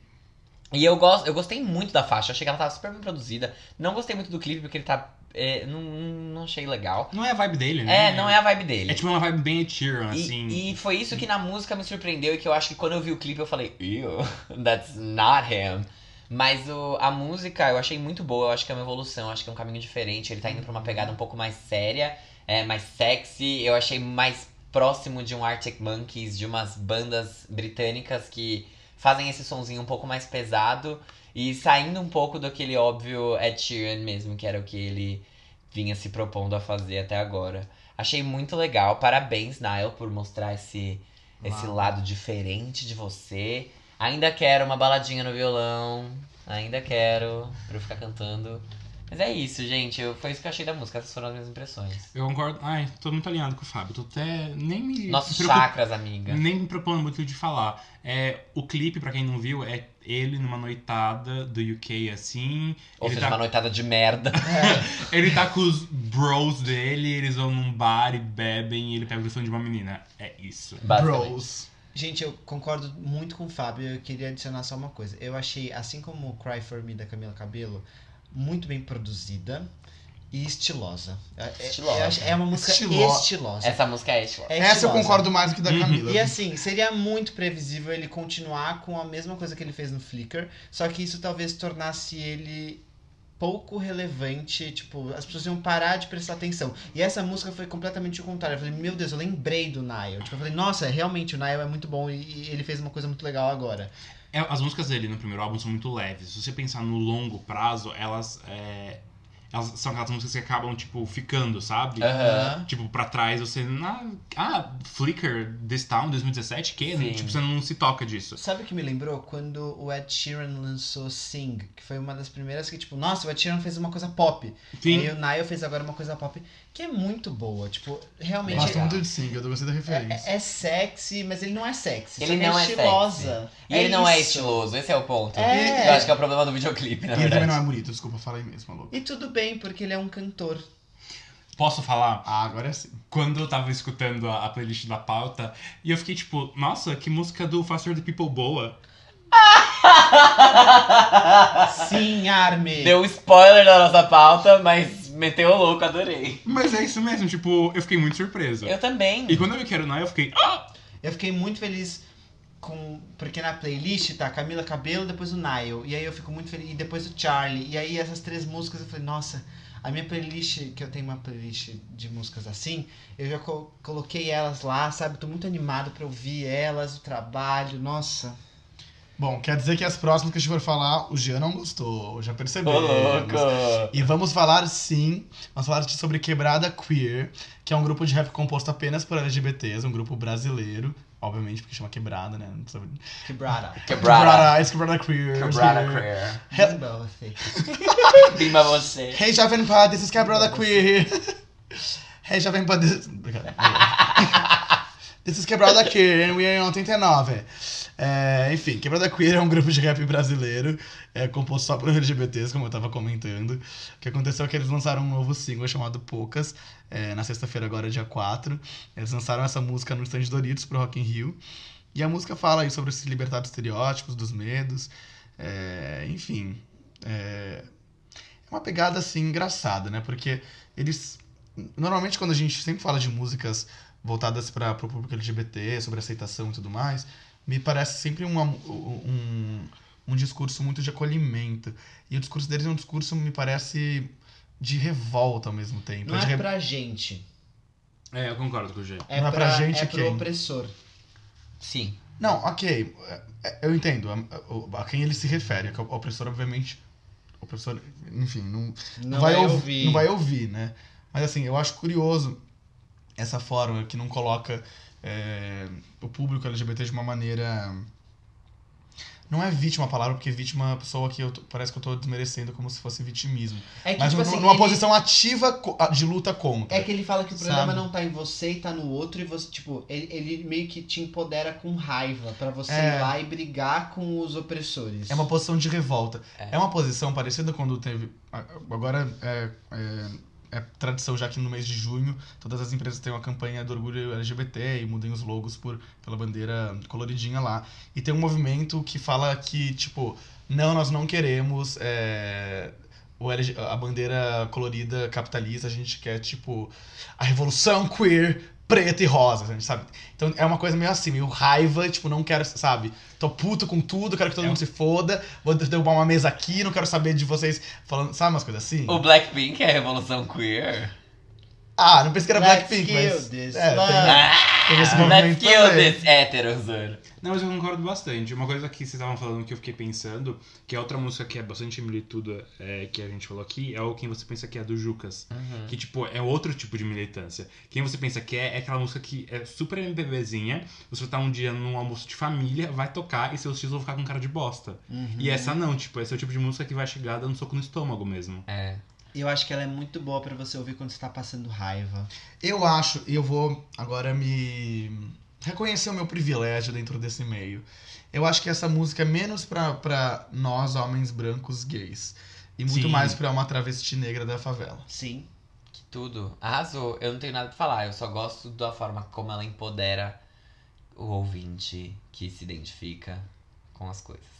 Speaker 4: E eu, gosto, eu gostei muito da faixa, achei que ela tava super bem produzida. Não gostei muito do clipe, porque ele tá. é, não, não achei legal.
Speaker 5: Não é a vibe dele, né?
Speaker 4: É, não é a vibe dele.
Speaker 5: É tipo uma vibe bem Ethereum,
Speaker 4: E-
Speaker 5: assim.
Speaker 4: E, foi isso que na música me surpreendeu e que eu acho que quando eu vi o clipe eu falei, ew, that's not him. Mas o- a música eu achei muito boa, eu acho que é uma evolução, eu acho que é um caminho diferente. Ele tá indo pra uma pegada um pouco mais séria, é, mais sexy. Eu achei mais próximo de um Arctic Monkeys, de umas bandas britânicas que fazem esse sonzinho um pouco mais pesado e saindo um pouco daquele óbvio Ed Sheeran mesmo, que era o que ele vinha se propondo a fazer até agora. Achei muito legal. Parabéns, Niall, por mostrar esse, esse
Speaker 3: Uau.
Speaker 4: lado diferente de você. Ainda quero uma baladinha no violão. Ainda quero pra eu ficar cantando. Mas é isso, gente. Eu, foi isso que eu achei da música. Essas foram as minhas impressões.
Speaker 5: Eu concordo. Ai, tô muito alinhado com o Fábio. Tô até. Nem me.
Speaker 4: Nossos
Speaker 5: preocup-
Speaker 4: chakras, amiga.
Speaker 5: Nem me propondo muito de falar. É, o clipe, pra quem não viu, é ele numa noitada do UK assim.
Speaker 4: Ou
Speaker 5: ele
Speaker 4: seja,
Speaker 5: tá
Speaker 4: uma noitada de merda.
Speaker 5: Ele tá com os bros dele, eles vão num bar e bebem e ele pega o som de uma menina. É isso.
Speaker 4: Basicamente.
Speaker 8: Bros.
Speaker 3: Gente, eu concordo muito com o Fábio. Eu queria adicionar só uma coisa. Eu achei, assim como o Cry For Me da Camila Cabello, muito bem produzida e estilosa. É- é-
Speaker 4: Estilosa.
Speaker 3: eu acho- É, uma música
Speaker 8: Estilo-
Speaker 3: estilosa.
Speaker 4: Essa música é estilosa. é
Speaker 3: É
Speaker 8: Essa eu
Speaker 3: estilosa.
Speaker 8: concordo mais do que da
Speaker 5: Uhum.
Speaker 8: Camila.
Speaker 3: E assim, seria muito previsível ele continuar com a mesma coisa que ele fez no Flickr, só que isso talvez tornasse ele pouco relevante, tipo, as pessoas iam parar de prestar atenção. E essa música foi completamente o contrário. Eu falei, meu Deus, eu lembrei do Nile. Tipo, eu falei, nossa, realmente o Nile é muito bom e, e ele fez uma coisa muito legal agora.
Speaker 5: É, as músicas dele no primeiro álbum são muito leves. Se você pensar no longo prazo, elas, é, elas são aquelas músicas que acabam, tipo, ficando, sabe?
Speaker 4: Aham.
Speaker 5: Tipo, pra trás você. na- Ah, Flickr, This Town, 2017, que?
Speaker 4: Sim.
Speaker 5: Tipo, você não se toca disso.
Speaker 3: Sabe o que me lembrou? Quando o Ed Sheeran lançou Sing, que foi uma das primeiras que, tipo, nossa, o Ed Sheeran fez uma coisa pop.
Speaker 5: Sim.
Speaker 3: E aí o Nile fez agora uma coisa pop, que é muito boa. Tipo,
Speaker 8: Eu
Speaker 3: realmente...
Speaker 8: gosto
Speaker 4: Legal.
Speaker 8: muito de Sing, eu gostei da referência.
Speaker 3: É, é sexy, mas ele não é sexy.
Speaker 4: Ele
Speaker 3: só que
Speaker 4: não é
Speaker 3: é estilosa.
Speaker 4: E ele não é
Speaker 3: isso.
Speaker 4: estiloso, esse é o ponto.
Speaker 3: É.
Speaker 4: Eu acho que é o problema do videoclipe, na
Speaker 8: e ele também não é
Speaker 4: verdade.
Speaker 8: bonito, desculpa, falei mesmo, louco.
Speaker 3: E tudo bem, porque ele é um cantor.
Speaker 5: Posso falar?
Speaker 8: Ah, agora é sim.
Speaker 5: Quando eu tava escutando a, a playlist da pauta, e eu fiquei tipo, nossa, que música do Faster the People boa.
Speaker 3: Sim, Arme.
Speaker 4: Deu um spoiler da nossa pauta, mas meteu o louco, adorei.
Speaker 5: Mas é isso mesmo, tipo, eu fiquei muito surpreso.
Speaker 4: Eu também.
Speaker 5: E quando eu vi que era o Nile, eu fiquei. "Ah!"
Speaker 3: Eu fiquei muito feliz com. Porque na playlist tá Camila Cabelo, depois o Nile. E aí eu fico muito feliz. E depois o Charlie. E aí essas três músicas eu falei, nossa. A minha playlist, que eu tenho uma playlist de músicas assim, eu já co- coloquei elas lá, sabe? Tô muito animado pra ouvir elas, o trabalho, nossa.
Speaker 8: Bom, quer dizer que as próximas que a gente for falar, o Jean não gostou, já
Speaker 4: Ô,
Speaker 8: percebeu.
Speaker 4: louco.
Speaker 8: E vamos falar sim, vamos falar de- sobre Quebrada Queer, que é um grupo de rap composto apenas por LGBTs, um grupo brasileiro, obviamente, porque chama Quebrada, né? Não precisa...
Speaker 3: Quebrada.
Speaker 4: Quebrada.
Speaker 8: Eyes, Quebrada Queer.
Speaker 4: Quebrada
Speaker 8: Queer.
Speaker 4: Career.
Speaker 8: Hel-
Speaker 3: Bimba, você.
Speaker 4: Bimba você.
Speaker 8: Hey Jovem Pan, this is Quebrada Queer. Hey Jovem Pan, this... Obrigado. This is Quebrada Queer, and we are on 89. É, enfim, Quebrada Queer é um grupo de rap brasileiro, é, composto só por LGBTs, como eu tava comentando. O que aconteceu é que eles lançaram um novo single chamado Poucas, é, na sexta-feira agora, dia 4. Eles lançaram essa música no stand Doritos pro Rock in Rio. E a música fala aí sobre se libertar dos estereótipos, dos medos, é, enfim... É, é uma pegada assim engraçada, né? Porque eles normalmente quando a gente sempre fala de músicas voltadas para o público LGBT, sobre aceitação e tudo mais, me parece sempre uma- um, um discurso muito de acolhimento. E o discurso deles é um discurso, me parece, de revolta ao mesmo tempo.
Speaker 3: Não
Speaker 8: de re-
Speaker 3: é pra gente.
Speaker 5: É, eu concordo com o G.
Speaker 3: É
Speaker 8: Não é pra gente
Speaker 3: é pro
Speaker 8: quem?
Speaker 3: opressor.
Speaker 4: Sim.
Speaker 8: Não, ok. é, Eu entendo a, o- a quem ele se refere. que é O opressor, obviamente. O opressor, enfim, não,
Speaker 3: Não, é
Speaker 8: não vai, ouv- Não vai ouvir, né? Mas assim, eu acho curioso essa forma que não coloca é, o público LGBT de uma maneira. Não é vítima a palavra, porque vítima é uma pessoa que eu tô- parece que eu tô desmerecendo como se fosse vitimismo.
Speaker 3: É que,
Speaker 8: Mas
Speaker 3: tipo
Speaker 8: num-
Speaker 3: assim,
Speaker 8: numa
Speaker 3: ele-
Speaker 8: posição ativa co- de luta contra.
Speaker 3: É que ele fala que o programa
Speaker 8: Sabe?
Speaker 3: não tá em você e tá no outro, e você, tipo, ele, ele meio que te empodera com raiva pra você
Speaker 8: É.
Speaker 3: ir lá e brigar com os opressores.
Speaker 8: É uma posição de revolta.
Speaker 4: É.
Speaker 8: É, uma posição parecida quando teve. a- Agora é, é, é tradição já que no mês de junho todas as empresas têm uma campanha do orgulho LGBT e mudem os logos por, pela bandeira coloridinha lá. E tem um movimento que fala que, tipo, não, nós não queremos é, o LG a bandeira colorida capitalista, a gente quer, tipo, a revolução queer. Preta e rosa, sabe? sabe? Então é uma coisa meio assim, meio raiva, tipo, não quero, sabe? Tô puto com tudo, quero que todo mundo se foda, vou de- derrubar uma mesa aqui, não quero saber de vocês falando, sabe umas coisas assim?
Speaker 4: O Blackpink é a revolução queer?
Speaker 8: Ah, não pensei que era
Speaker 3: Let's
Speaker 8: Blackpink,
Speaker 3: kill
Speaker 8: mas.
Speaker 3: this
Speaker 8: é, tem-
Speaker 3: love.
Speaker 4: Ah!
Speaker 8: tem esse
Speaker 4: Let's
Speaker 8: movimento
Speaker 4: kill
Speaker 8: também.
Speaker 4: this hétero, Zoro.
Speaker 5: Não, mas eu concordo bastante. Uma coisa que vocês estavam falando que eu fiquei pensando, que é outra música que é bastante milituda é, que a gente falou aqui, é o Quem Você Pensa Que É do Jucas.
Speaker 8: Uhum.
Speaker 5: Que, tipo, é outro tipo de militância. Quem Você Pensa Que É é aquela música que é super MPBzinha, você tá um dia num almoço de família, vai tocar e seus tios vão ficar com cara de bosta.
Speaker 3: Uhum.
Speaker 5: E essa não, tipo, esse é o tipo de música que vai chegar dando soco no estômago mesmo.
Speaker 4: É.
Speaker 3: Eu acho que ela é muito boa pra você ouvir quando você tá passando raiva.
Speaker 8: Eu acho, e eu vou agora me reconhecer o meu privilégio dentro desse meio. Eu acho que essa música é menos pra, pra nós, homens brancos gays, e muito
Speaker 5: Sim.
Speaker 8: mais pra uma travesti negra da favela.
Speaker 3: Sim.
Speaker 4: Que tudo. Arrasou. Eu não tenho nada pra falar. Eu só gosto da forma como ela empodera o ouvinte que se identifica com as coisas.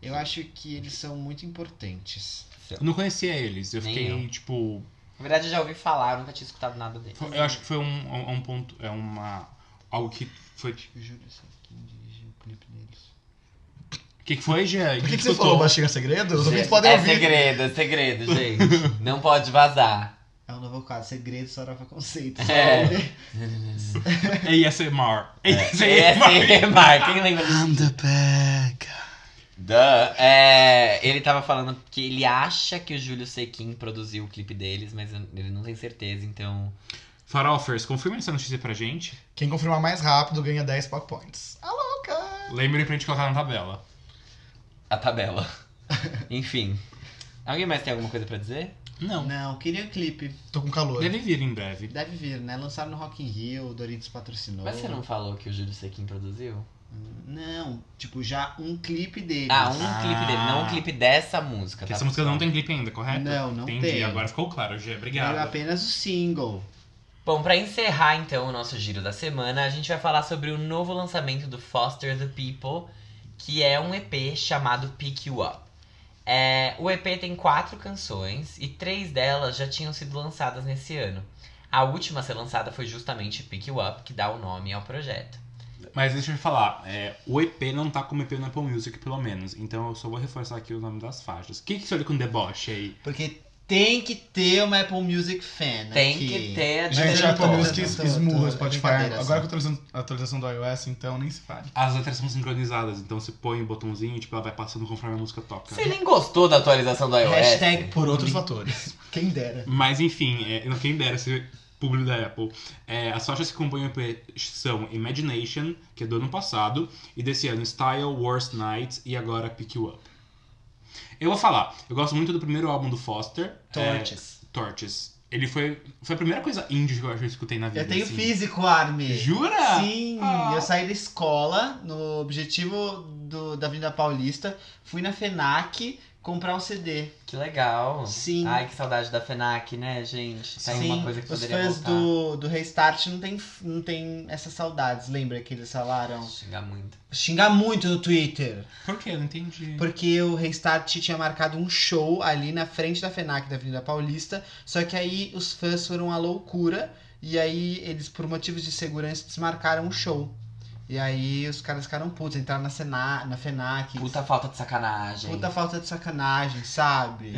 Speaker 3: Eu acho que eles são muito importantes.
Speaker 5: Eu não conhecia eles, eu
Speaker 4: Nem
Speaker 5: fiquei,
Speaker 4: eu.
Speaker 5: tipo,
Speaker 4: Na verdade, eu já ouvi falar, eu nunca tinha escutado nada dele.
Speaker 5: foi- eu acho que foi um, um- um ponto, é uma, algo que foi, o
Speaker 3: O Júlio Sanquim dirigiu o clipe deles.
Speaker 5: que que foi, Jean?
Speaker 8: Por que,
Speaker 5: A
Speaker 8: que
Speaker 5: gente
Speaker 8: você
Speaker 5: escutou.
Speaker 8: falou baixinho é segredo? Os ouvintes
Speaker 4: Gente,
Speaker 8: podem
Speaker 4: é
Speaker 8: ouvir.
Speaker 4: segredo, é segredo, gente. não pode vazar.
Speaker 3: É um novo quadro, Segredo Sarofa Conceito.
Speaker 4: É.
Speaker 3: sabe?
Speaker 5: É, ASMR.
Speaker 4: É,
Speaker 5: ASMR.
Speaker 4: ASMR, quem lembra disso?
Speaker 8: I'm the bad guy.
Speaker 4: Duh. É, ele tava falando que ele acha que o Júlio Sequin produziu o clipe deles, mas eu- ele não tem certeza, então.
Speaker 5: Farofers, confirma essa notícia pra gente.
Speaker 8: Quem confirmar mais rápido ganha 10 pop points. Ah, louca!
Speaker 5: Lembrem pra gente colocar na tabela.
Speaker 4: A tabela. Enfim. Alguém mais tem alguma coisa pra dizer?
Speaker 5: Não.
Speaker 3: Não, queria o clipe.
Speaker 8: Tô com calor.
Speaker 5: Deve vir em breve.
Speaker 3: Deve vir, né? Lançaram no Rock in Rio, o Doritos patrocinou.
Speaker 4: Mas você não falou que o Júlio Sequin produziu?
Speaker 3: Não, tipo, já um clipe deles.
Speaker 4: Ah, um
Speaker 5: Ah.
Speaker 4: clipe dele, não um clipe dessa música.
Speaker 5: Porque
Speaker 4: tá,
Speaker 5: essa música não
Speaker 4: pessoal?
Speaker 5: tem clipe ainda, correto?
Speaker 3: Não, não
Speaker 5: Ah, Entendi.
Speaker 3: tem.
Speaker 5: Agora é ficou claro, Gê.
Speaker 3: Veio
Speaker 5: Obrigado.
Speaker 3: apenas o single.
Speaker 4: Bom, pra encerrar então o nosso giro da semana, a gente vai falar sobre o novo lançamento do Foster the People, que é um EP chamado Pick You Up. É, o EP tem quatro canções e três delas já tinham sido lançadas nesse ano. A última a ser lançada foi justamente Pick You Up, que dá o nome ao projeto.
Speaker 5: Mas deixa eu falar, é, o EP não tá como EP na Apple Music, pelo menos. Então eu só vou reforçar aqui o nome das faixas. O que que isso olha com deboche aí?
Speaker 3: Porque tem que ter uma Apple Music fan
Speaker 4: Tem
Speaker 3: aqui.
Speaker 4: que ter a
Speaker 8: Gente, tá
Speaker 4: Disney
Speaker 8: a Apple
Speaker 4: Plus.
Speaker 8: Music
Speaker 3: Não, tô-
Speaker 8: esmurra
Speaker 3: tô-
Speaker 8: o Spotify.
Speaker 3: brincadeira,
Speaker 8: Agora
Speaker 3: assim.
Speaker 8: com a atualização, a atualização do iOS, então nem se fale.
Speaker 5: As letras são sincronizadas, então você põe o botãozinho e tipo, ela vai passando conforme a música toca.
Speaker 4: Você nem gostou da atualização do iOS?
Speaker 3: Hashtag
Speaker 8: Por outros
Speaker 3: publi.
Speaker 8: fatores.
Speaker 3: Quem dera.
Speaker 5: Mas enfim, é, eu não quem dera ser público da Apple. É, as faixas que compõem o EP são Imagination, que é do ano passado, e desse ano Style, Worst Nights e agora Pick You Up. Eu vou falar, eu gosto muito do primeiro álbum do Foster,
Speaker 3: Torches.
Speaker 5: é, Torches. Ele foi, foi a primeira coisa indie que eu acho que eu escutei na vida.
Speaker 3: É. Eu tenho
Speaker 5: assim.
Speaker 3: físico, Armin.
Speaker 5: Jura?
Speaker 3: Sim,
Speaker 5: Ah.
Speaker 3: eu saí da escola no objetivo do- da Avenida Paulista, fui na FENAC comprar um CD.
Speaker 4: Que legal.
Speaker 3: Sim.
Speaker 4: Ai, que saudade da FENAC, né, gente? Tá aí
Speaker 3: Sim,
Speaker 4: uma coisa que
Speaker 3: os
Speaker 4: poderia
Speaker 3: fãs
Speaker 4: voltar.
Speaker 3: do, do Restart não tem, não tem essas saudades, lembra que eles falaram?
Speaker 4: Xingar muito.
Speaker 3: Xingar muito no Twitter,
Speaker 5: Por quê? Eu não entendi.
Speaker 3: porque o Restart tinha marcado um show ali na frente da FENAC da Avenida Paulista, só que aí os fãs foram à loucura e aí eles, por motivos de segurança, desmarcaram o show. E aí os caras ficaram putos, entraram na, Sena, na FENAC,
Speaker 4: Puta falta de sacanagem.
Speaker 3: Puta falta de sacanagem, sabe?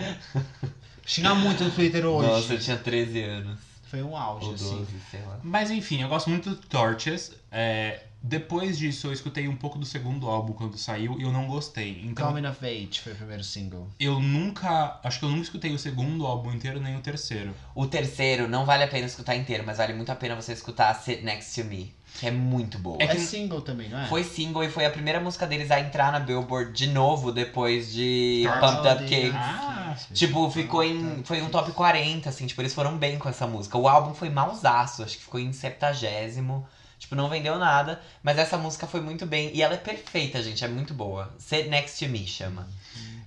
Speaker 3: Xingar muito no Twitter hoje.
Speaker 4: Nossa, eu tinha 13 anos.
Speaker 3: Foi um auge,
Speaker 4: Ou
Speaker 3: assim.
Speaker 4: 12, sei lá.
Speaker 5: Mas enfim, eu gosto muito do Torches. é, depois disso, eu escutei um pouco do segundo álbum quando saiu e eu não gostei. Então,
Speaker 3: Coming of Age foi o primeiro single.
Speaker 5: Eu nunca. Acho que eu nunca escutei o segundo álbum inteiro nem o terceiro.
Speaker 4: O terceiro não vale a pena escutar inteiro, mas vale muito a pena você escutar Sit Next to Me, que é muito boa.
Speaker 3: É,
Speaker 5: É que-
Speaker 3: single também, não é?
Speaker 4: Foi single e foi a primeira música deles a entrar na Billboard de novo depois de
Speaker 3: Ah,
Speaker 4: Pumped Up
Speaker 3: de-
Speaker 4: Kicks.
Speaker 5: Ah,
Speaker 4: Tipo, ficou em. Foi um top 40, assim, tipo, eles foram bem com essa música. O álbum foi mausaço, acho que ficou em septagésimo. Tipo, não vendeu nada, mas essa música foi muito bem. E ela é perfeita, gente, é muito boa. Sit Next to Me chama.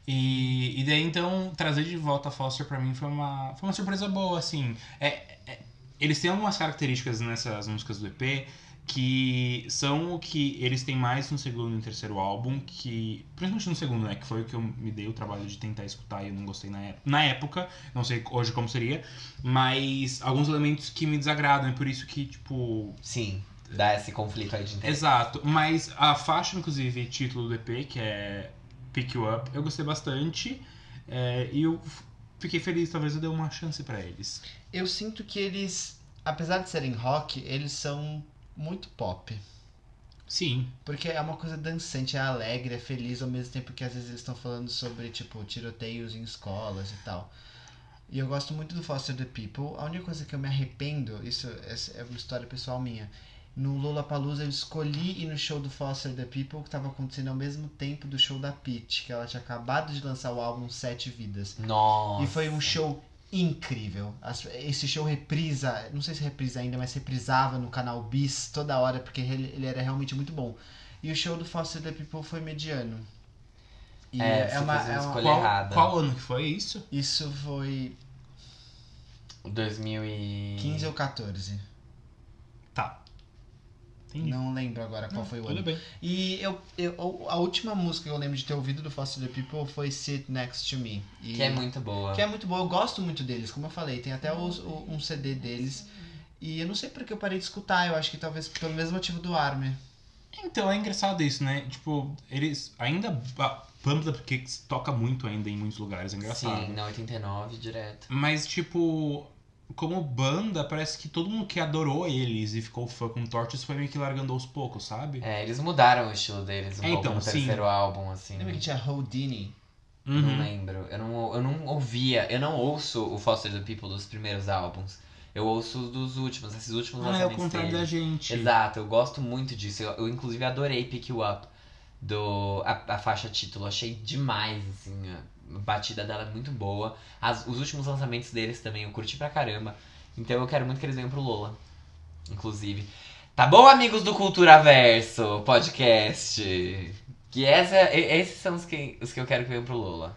Speaker 5: E, e daí então trazer de volta a Foster pra mim foi uma, foi uma surpresa boa, assim. É, é- eles têm algumas características nessas músicas do EP que são o que eles têm mais no segundo e terceiro álbum, que. Principalmente no segundo, né? Que foi o que eu me dei o trabalho de tentar escutar e eu não gostei na, ép- na época. Não sei hoje como seria. Mas alguns elementos que me desagradam. É por isso que, tipo,
Speaker 4: Sim, dá esse conflito aí de interesse.
Speaker 5: Exato, mas a faixa, inclusive, título do EP, que é Pick You Up, eu gostei bastante eh, é, e eu f- fiquei feliz, talvez eu dê uma chance pra eles.
Speaker 3: Eu sinto que eles apesar de serem rock, eles são muito pop.
Speaker 5: Sim.
Speaker 3: Porque é uma coisa dançante, é alegre, é feliz, ao mesmo tempo que às vezes eles estão falando sobre, tipo, tiroteios em escolas e tal. E eu gosto muito do Foster the People. A única coisa que eu me arrependo, isso essa é uma história pessoal minha. No Lollapalooza eu escolhi ir no show do Foster the People, que estava acontecendo ao mesmo tempo do show da Peach, que ela tinha acabado de lançar o álbum Sete Vidas.
Speaker 4: Nossa.
Speaker 3: E foi um show incrível. As- Esse show reprisa, não sei se reprisa ainda, mas reprisava no canal Bis toda hora, porque ele, ele era realmente muito bom. E o show do Foster the People foi mediano. E
Speaker 4: É, você fez uma escolha- Olha
Speaker 5: Qual,
Speaker 4: errada.
Speaker 5: qual ano que foi isso?
Speaker 3: Isso foi 15
Speaker 4: 2015.
Speaker 3: ou 14.
Speaker 5: Tá. Entendi.
Speaker 3: Não lembro agora qual foi o
Speaker 5: Tudo
Speaker 3: ano.
Speaker 5: bem.
Speaker 3: E eu, eu, a última música que eu lembro de ter ouvido do Foster the People foi Sit Next to Me. E-
Speaker 4: Que é muito boa.
Speaker 3: Que é muito boa, eu gosto muito deles, como eu falei, tem até os- o- um CD deles. E eu não sei porque eu parei de escutar, eu acho que talvez pelo mesmo motivo do Army.
Speaker 5: Então, é engraçado isso, né? Tipo, eles ainda... ba- Pump Up Kicks toca muito ainda em muitos lugares, é engraçado.
Speaker 4: Sim, na 89 direto.
Speaker 5: Mas, tipo, como banda, parece que todo mundo que adorou eles e ficou fã com Torches foi meio que largando aos poucos, sabe?
Speaker 4: É, eles mudaram o estilo deles um
Speaker 5: É,
Speaker 4: pouco
Speaker 5: então,
Speaker 4: no
Speaker 5: sim. É
Speaker 4: terceiro álbum, assim.
Speaker 3: Lembra que tinha Houdini?
Speaker 5: Uhum.
Speaker 4: Não é lembro. Eu não, eu não ouvia, eu não ouço o Foster the People dos primeiros álbuns. Eu ouço os dos últimos, esses últimos
Speaker 5: Ah, é o
Speaker 4: lançamentos
Speaker 5: contrário
Speaker 4: deles.
Speaker 5: da gente.
Speaker 4: Exato, eu gosto muito disso. Eu, eu, inclusive adorei Pick You Up do a, a faixa título, achei demais assim, a batida dela é muito boa. As- os últimos lançamentos deles também eu curti pra caramba. Então eu quero muito que eles venham pro Lola, inclusive. Tá bom, amigos do Cultura Verso podcast. Que essa, e- esses são os que, os que eu quero que venham pro Lola.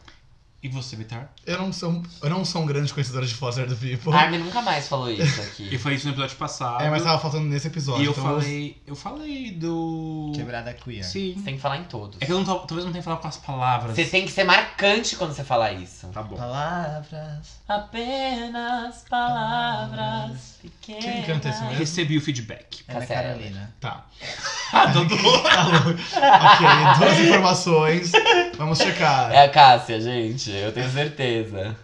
Speaker 5: E você, Vitar?
Speaker 8: Eu não sou, eu não sou um grande conhecedor de Foster the People.
Speaker 4: A Armin nunca mais falou isso aqui.
Speaker 5: Eu falei isso no episódio passado.
Speaker 8: É, mas tava faltando nesse episódio.
Speaker 5: E eu
Speaker 8: então
Speaker 5: falei. Eu falei do.
Speaker 3: Quebrada Queer.
Speaker 5: Sim.
Speaker 4: Você é tem que falar em todos.
Speaker 5: É que eu não, tô- talvez não tenha falado com as palavras.
Speaker 4: Você tem que ser marcante quando você falar isso.
Speaker 5: Tá bom.
Speaker 3: Palavras.
Speaker 4: Apenas palavras pequenas.
Speaker 8: Quem canta esse mesmo?
Speaker 5: Recebi o feedback.
Speaker 3: Ana
Speaker 4: Tá certo.
Speaker 3: Carolina.
Speaker 8: Tá.
Speaker 5: Ah, todo
Speaker 8: Ok, duas informações. Vamos checar.
Speaker 4: É a Cássia, gente, eu tenho certeza.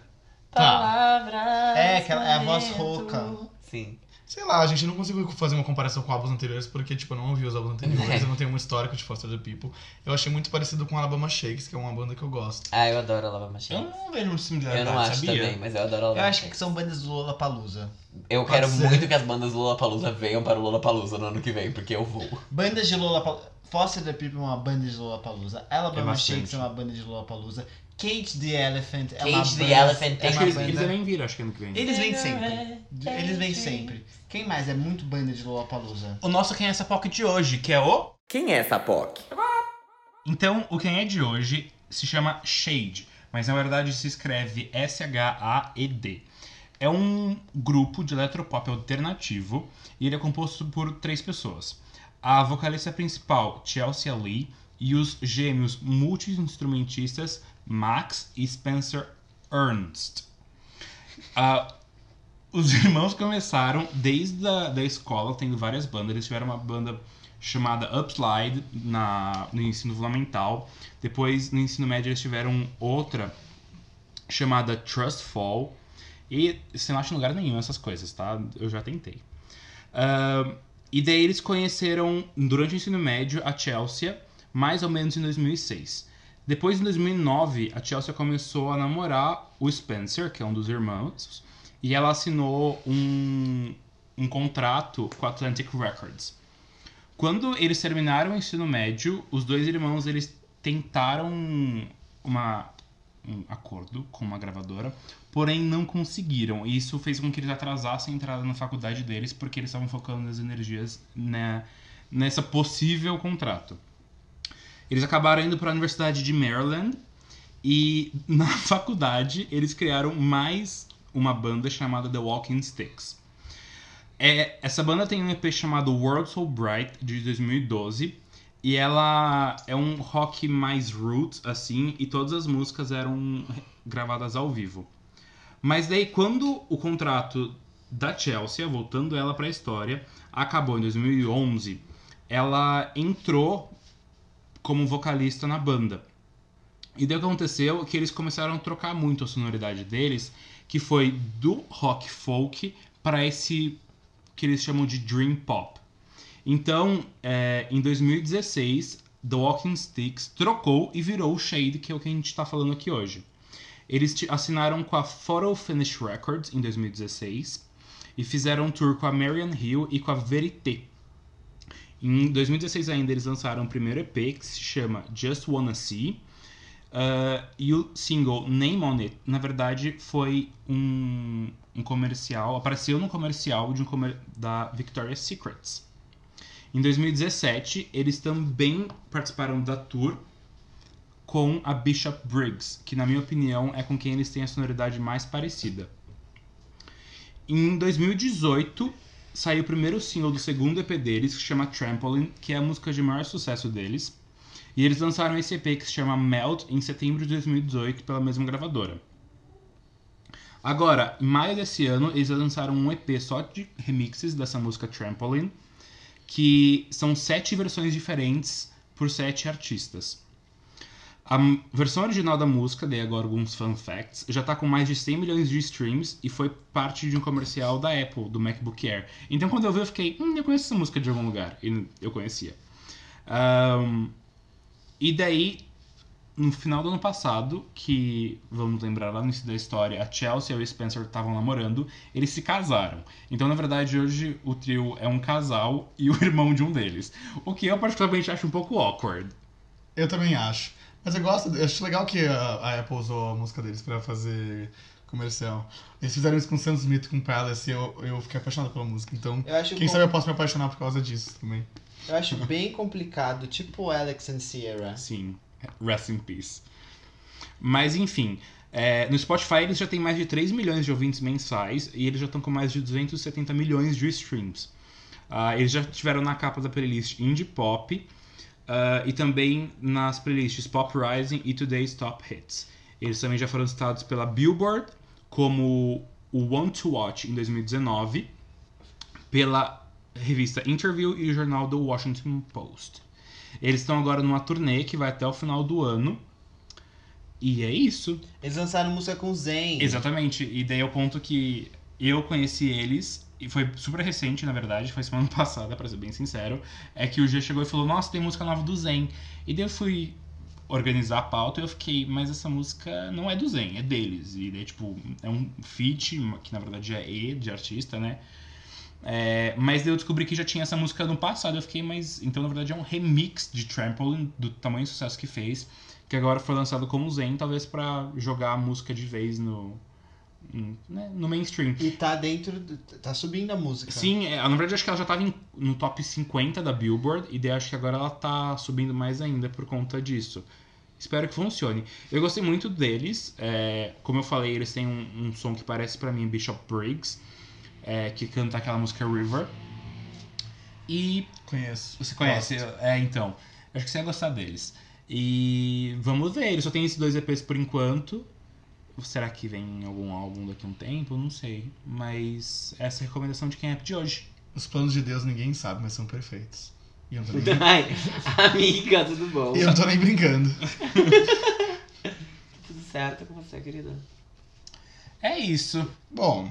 Speaker 8: Tá.
Speaker 4: Palavras.
Speaker 3: É, aquela- é a voz
Speaker 4: lento.
Speaker 3: rouca.
Speaker 4: Sim.
Speaker 8: Sei lá, gente, eu não consigo fazer uma comparação com álbuns anteriores porque, tipo, eu não ouvi os álbuns anteriores,
Speaker 5: É.
Speaker 8: eu não tenho um histórico de Foster the People. Eu achei muito parecido com Alabama Shakes, que é uma banda que eu gosto.
Speaker 4: Ah, eu adoro a Lava
Speaker 5: Eu
Speaker 4: Machine.
Speaker 5: não vejo muito
Speaker 4: Eu,
Speaker 5: similaridade,
Speaker 4: não acho
Speaker 5: sabia?
Speaker 4: também, mas eu adoro a Lava
Speaker 3: Eu acho que são bandas do Lollapalooza.
Speaker 4: Eu
Speaker 8: Pode
Speaker 4: quero
Speaker 8: ser.
Speaker 4: muito que as bandas do Lollapalooza venham para o Lollapalooza no ano que vem, porque eu vou.
Speaker 3: Bandas de Lollapalooza. Foster the People é uma banda de Lollapalooza. Alabama
Speaker 5: É bastante.
Speaker 3: Shakes é uma banda de Lollapalooza. Cage the Elephant é
Speaker 4: Cage
Speaker 3: uma
Speaker 4: the
Speaker 3: banda...
Speaker 4: Elephant
Speaker 3: é
Speaker 4: tem-
Speaker 3: uma
Speaker 5: Acho que eles,
Speaker 3: banda-
Speaker 5: eles também viram, acho que ano que vêm.
Speaker 3: Eles vêm sempre. Eles vêm sempre. Quem mais é muito banda de Lollapalooza?
Speaker 5: O nosso Quem é essa POC de hoje, que é o.
Speaker 2: Quem é essa POC?
Speaker 5: Então, o Quem é de hoje se chama Shade, mas na verdade se escreve S-H-A-E-D. É um grupo de eletropop alternativo e ele é composto por três pessoas. A vocalista principal, Chelsea Lee, e os gêmeos multi-instrumentistas Max e Spencer Ernst. Ah, os irmãos começaram desde a da escola, tendo várias bandas. Eles tiveram uma banda chamada Upslide na, no ensino fundamental. Depois, no ensino médio, eles tiveram outra chamada Trust Fall. E você não acha em lugar nenhum essas coisas, tá? Eu já tentei. Ahn, e daí eles conheceram, durante o ensino médio, a Chelsea, mais ou menos em 2006. Depois, em 2009, a Chelsea começou a namorar o Spencer, que é um dos irmãos, e ela assinou um, um contrato com a Atlantic Records. Quando eles terminaram o ensino médio, os dois irmãos eles tentaram uma, um acordo com uma gravadora, porém não conseguiram. E isso fez com que eles atrasassem a entrada na faculdade deles, porque eles estavam focando as energias na, nessa possível contrato. Eles acabaram indo para a Universidade de Maryland e na faculdade eles criaram mais uma banda chamada The Walking Sticks. É, essa banda tem um EP chamado World So Bright, de 2012. E ela é um rock mais roots, assim, e todas as músicas eram gravadas ao vivo. Mas daí, quando o contrato da Chelsea, voltando ela pra história, acabou em 2011, ela entrou como vocalista na banda. E daí o que aconteceu é que eles começaram a trocar muito a sonoridade deles, que foi do rock folk pra esse que eles chamam de Dream Pop. Então, é, em 2016, The Walking Sticks trocou e virou o Shade, que é o que a gente está falando aqui hoje. Eles ti- assinaram com a Photo Finish Records em 2016 e fizeram um tour com a Marian Hill e com a Verité. Em 2016 ainda eles lançaram o primeiro EP que se chama Just Wanna See ah, e o single Name On It na verdade foi um, um comercial, apareceu num comercial de um comer- da Victoria's Secrets. Em 2017 eles também participaram da tour com a Bishop Briggs, que na minha opinião é com quem eles têm a sonoridade mais parecida. Em 2018 saiu o primeiro single do segundo EP deles, que chama Trampoline, que é a música de maior sucesso deles. E eles lançaram esse EP que se chama Melt em setembro de 2018 pela mesma gravadora. Agora, em maio desse ano, eles lançaram um EP só de remixes dessa música Trampoline, que são sete versões diferentes por sete artistas. A m- versão original da música, dei agora alguns fun facts, já tá com mais de 100 milhões de streams e foi parte de um comercial da Apple, do MacBook Air. Então quando eu vi, eu fiquei, hum, eu conheço essa música de algum lugar. E eu conhecia. Ahn, e daí, no final do ano passado, que vamos lembrar lá no início da história, a Chelsea e o Spencer estavam namorando, eles se casaram. Então, na verdade, hoje o trio é um casal e o irmão de um deles. O que eu particularmente acho um pouco awkward.
Speaker 8: Eu também acho. Mas eu gosto, eu acho legal que a, a Apple usou a música deles pra fazer comercial. Eles fizeram isso com Sam Smith, com Palace, e eu, eu fiquei apaixonado pela música. Então,
Speaker 3: Eu acho,
Speaker 8: quem
Speaker 3: com-
Speaker 8: sabe eu posso me apaixonar por causa disso também.
Speaker 3: eu acho bem complicado, tipo Alex and Sierra.
Speaker 5: Sim, rest in peace. Mas enfim, é, no Spotify eles já têm mais de 3 milhões de ouvintes mensais e eles já estão com mais de 270 milhões de streams. Ah, eles já tiveram na capa da playlist Indie Pop ah, e também nas playlists Pop Rising e Today's Top Hits. Eles também já foram citados pela Billboard como o One to Watch em 2019, pela revista Interview e o jornal The Washington Post. Eles estão agora numa turnê que vai até o final do ano. E é isso.
Speaker 3: Eles lançaram música com Zen.
Speaker 5: Exatamente. E daí é o ponto que eu conheci eles, e foi super recente, na verdade, foi semana passada, pra ser bem sincero. É que o G chegou e falou: Nossa, tem música nova do Zen. E daí eu fui organizar a pauta e eu fiquei: Mas essa música não é do Zen, é deles. E daí, tipo, é um feat, que na verdade é E de artista, né? É, mas daí eu descobri que já tinha essa música no passado. Eu fiquei, mas. Então, na verdade, é um remix de Trampoline, do tamanho de sucesso que fez. Que agora foi lançado como Zen, talvez pra jogar a música de vez no. hum, né, no mainstream.
Speaker 3: E tá dentro, do- tá subindo a música.
Speaker 5: Sim, é, na verdade acho que ela já tava em- no top 50 da Billboard, e daí acho que agora ela tá subindo mais ainda por conta disso. Espero que funcione. Eu gostei muito deles. é, como eu falei, eles têm um, um som que parece pra mim Bishop Briggs, é, que canta aquela música River. E
Speaker 8: Conheço.
Speaker 5: você conhece? É, então. Acho que você ia gostar deles. E vamos ver, eles só tem esses dois EPs por enquanto. Será que vem algum álbum daqui a um tempo? Não sei. Mas essa é a recomendação de quem é de hoje.
Speaker 8: Os planos de Deus ninguém sabe, mas são perfeitos. E eu não tô nem,
Speaker 4: Ai, amiga, tudo bom?
Speaker 8: e eu não tô nem brincando.
Speaker 4: Tudo certo com você, querida?
Speaker 5: É isso.
Speaker 8: Bom,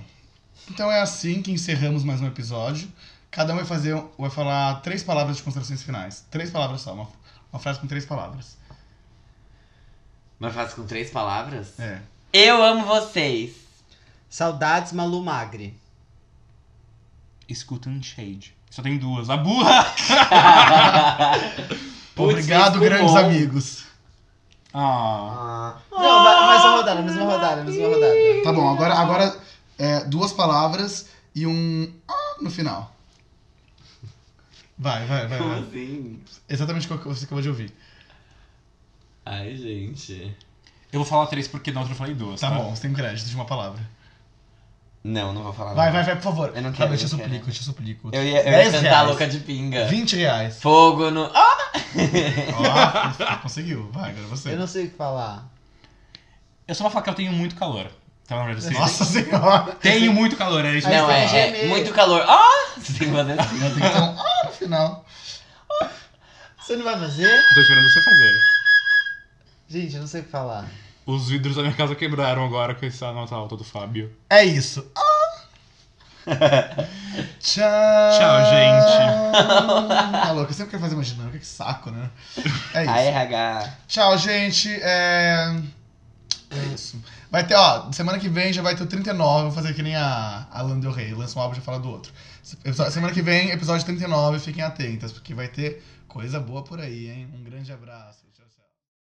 Speaker 8: então é assim que encerramos mais um episódio. Cada um vai fazer, vai falar três palavras de considerações finais. Três palavras só, uma, uma frase com três palavras.
Speaker 4: Mas faz com três palavras?
Speaker 8: É.
Speaker 4: Eu amo vocês.
Speaker 3: Saudades Malu Magre.
Speaker 5: Escuta um shade. Só tem duas. A burra!
Speaker 4: Putz,
Speaker 8: Obrigado,
Speaker 4: ficou
Speaker 8: grandes
Speaker 4: bom.
Speaker 8: amigos.
Speaker 5: Ah.
Speaker 3: Não, vai- mais uma rodada, mais uma rodada, mais uma rodada.
Speaker 6: Tá bom, agora, agora é, duas palavras e um ah no final.
Speaker 8: Vai, vai, vai.
Speaker 4: Como
Speaker 8: vai.
Speaker 4: assim?
Speaker 8: Exatamente o que você acabou de ouvir.
Speaker 4: Ai, gente.
Speaker 5: Eu vou falar três porque na outra eu falei duas.
Speaker 8: Tá bom, você tem um crédito de uma palavra.
Speaker 4: Não, não vou falar
Speaker 8: Vai, vai,
Speaker 4: nada.
Speaker 8: vai, por favor.
Speaker 4: Eu não
Speaker 8: Tá,
Speaker 4: quero,
Speaker 8: eu te
Speaker 4: eu não quero.
Speaker 8: suplico, eu te suplico.
Speaker 4: Eu ia, eu ia
Speaker 8: 10
Speaker 4: cantar
Speaker 8: reais.
Speaker 4: louca de pinga.
Speaker 8: 20 reais.
Speaker 4: Fogo no. Ah!
Speaker 8: É. Ó, conseguiu. Vai, agora
Speaker 3: Eu
Speaker 8: você.
Speaker 3: não sei o que falar.
Speaker 5: Eu só vou falar que eu tenho muito calor. Então, na verdade, vocês-
Speaker 8: Nossa senhora.
Speaker 5: Tenho muito calor, é isso
Speaker 3: Aí
Speaker 4: Não,
Speaker 3: você
Speaker 4: é,
Speaker 3: vai
Speaker 4: é
Speaker 3: gemer.
Speaker 4: muito calor. Ah! Você tem que fazer assim.
Speaker 8: Tem que ter um ah no final.
Speaker 3: Você não vai fazer?
Speaker 5: Tô esperando você fazer.
Speaker 3: Gente, eu não sei o que falar.
Speaker 5: Os vidros da minha casa quebraram agora com essa nota alta do Fábio.
Speaker 8: É isso. Tchau.
Speaker 5: Tchau, gente.
Speaker 8: Tá louco, eu sempre quero fazer uma dinâmica, que saco, né? É isso.
Speaker 4: A RH.
Speaker 8: Tchau, gente. É... é isso. Vai ter, ó, semana que vem já vai ter o 39. Vou fazer que nem a, a Lana Del Rey. Lança um álbum e já fala do outro. Se- episódio- Semana que vem, episódio 39. Fiquem atentas, porque vai ter coisa boa por aí, hein? Um grande abraço. Tchau, tchau.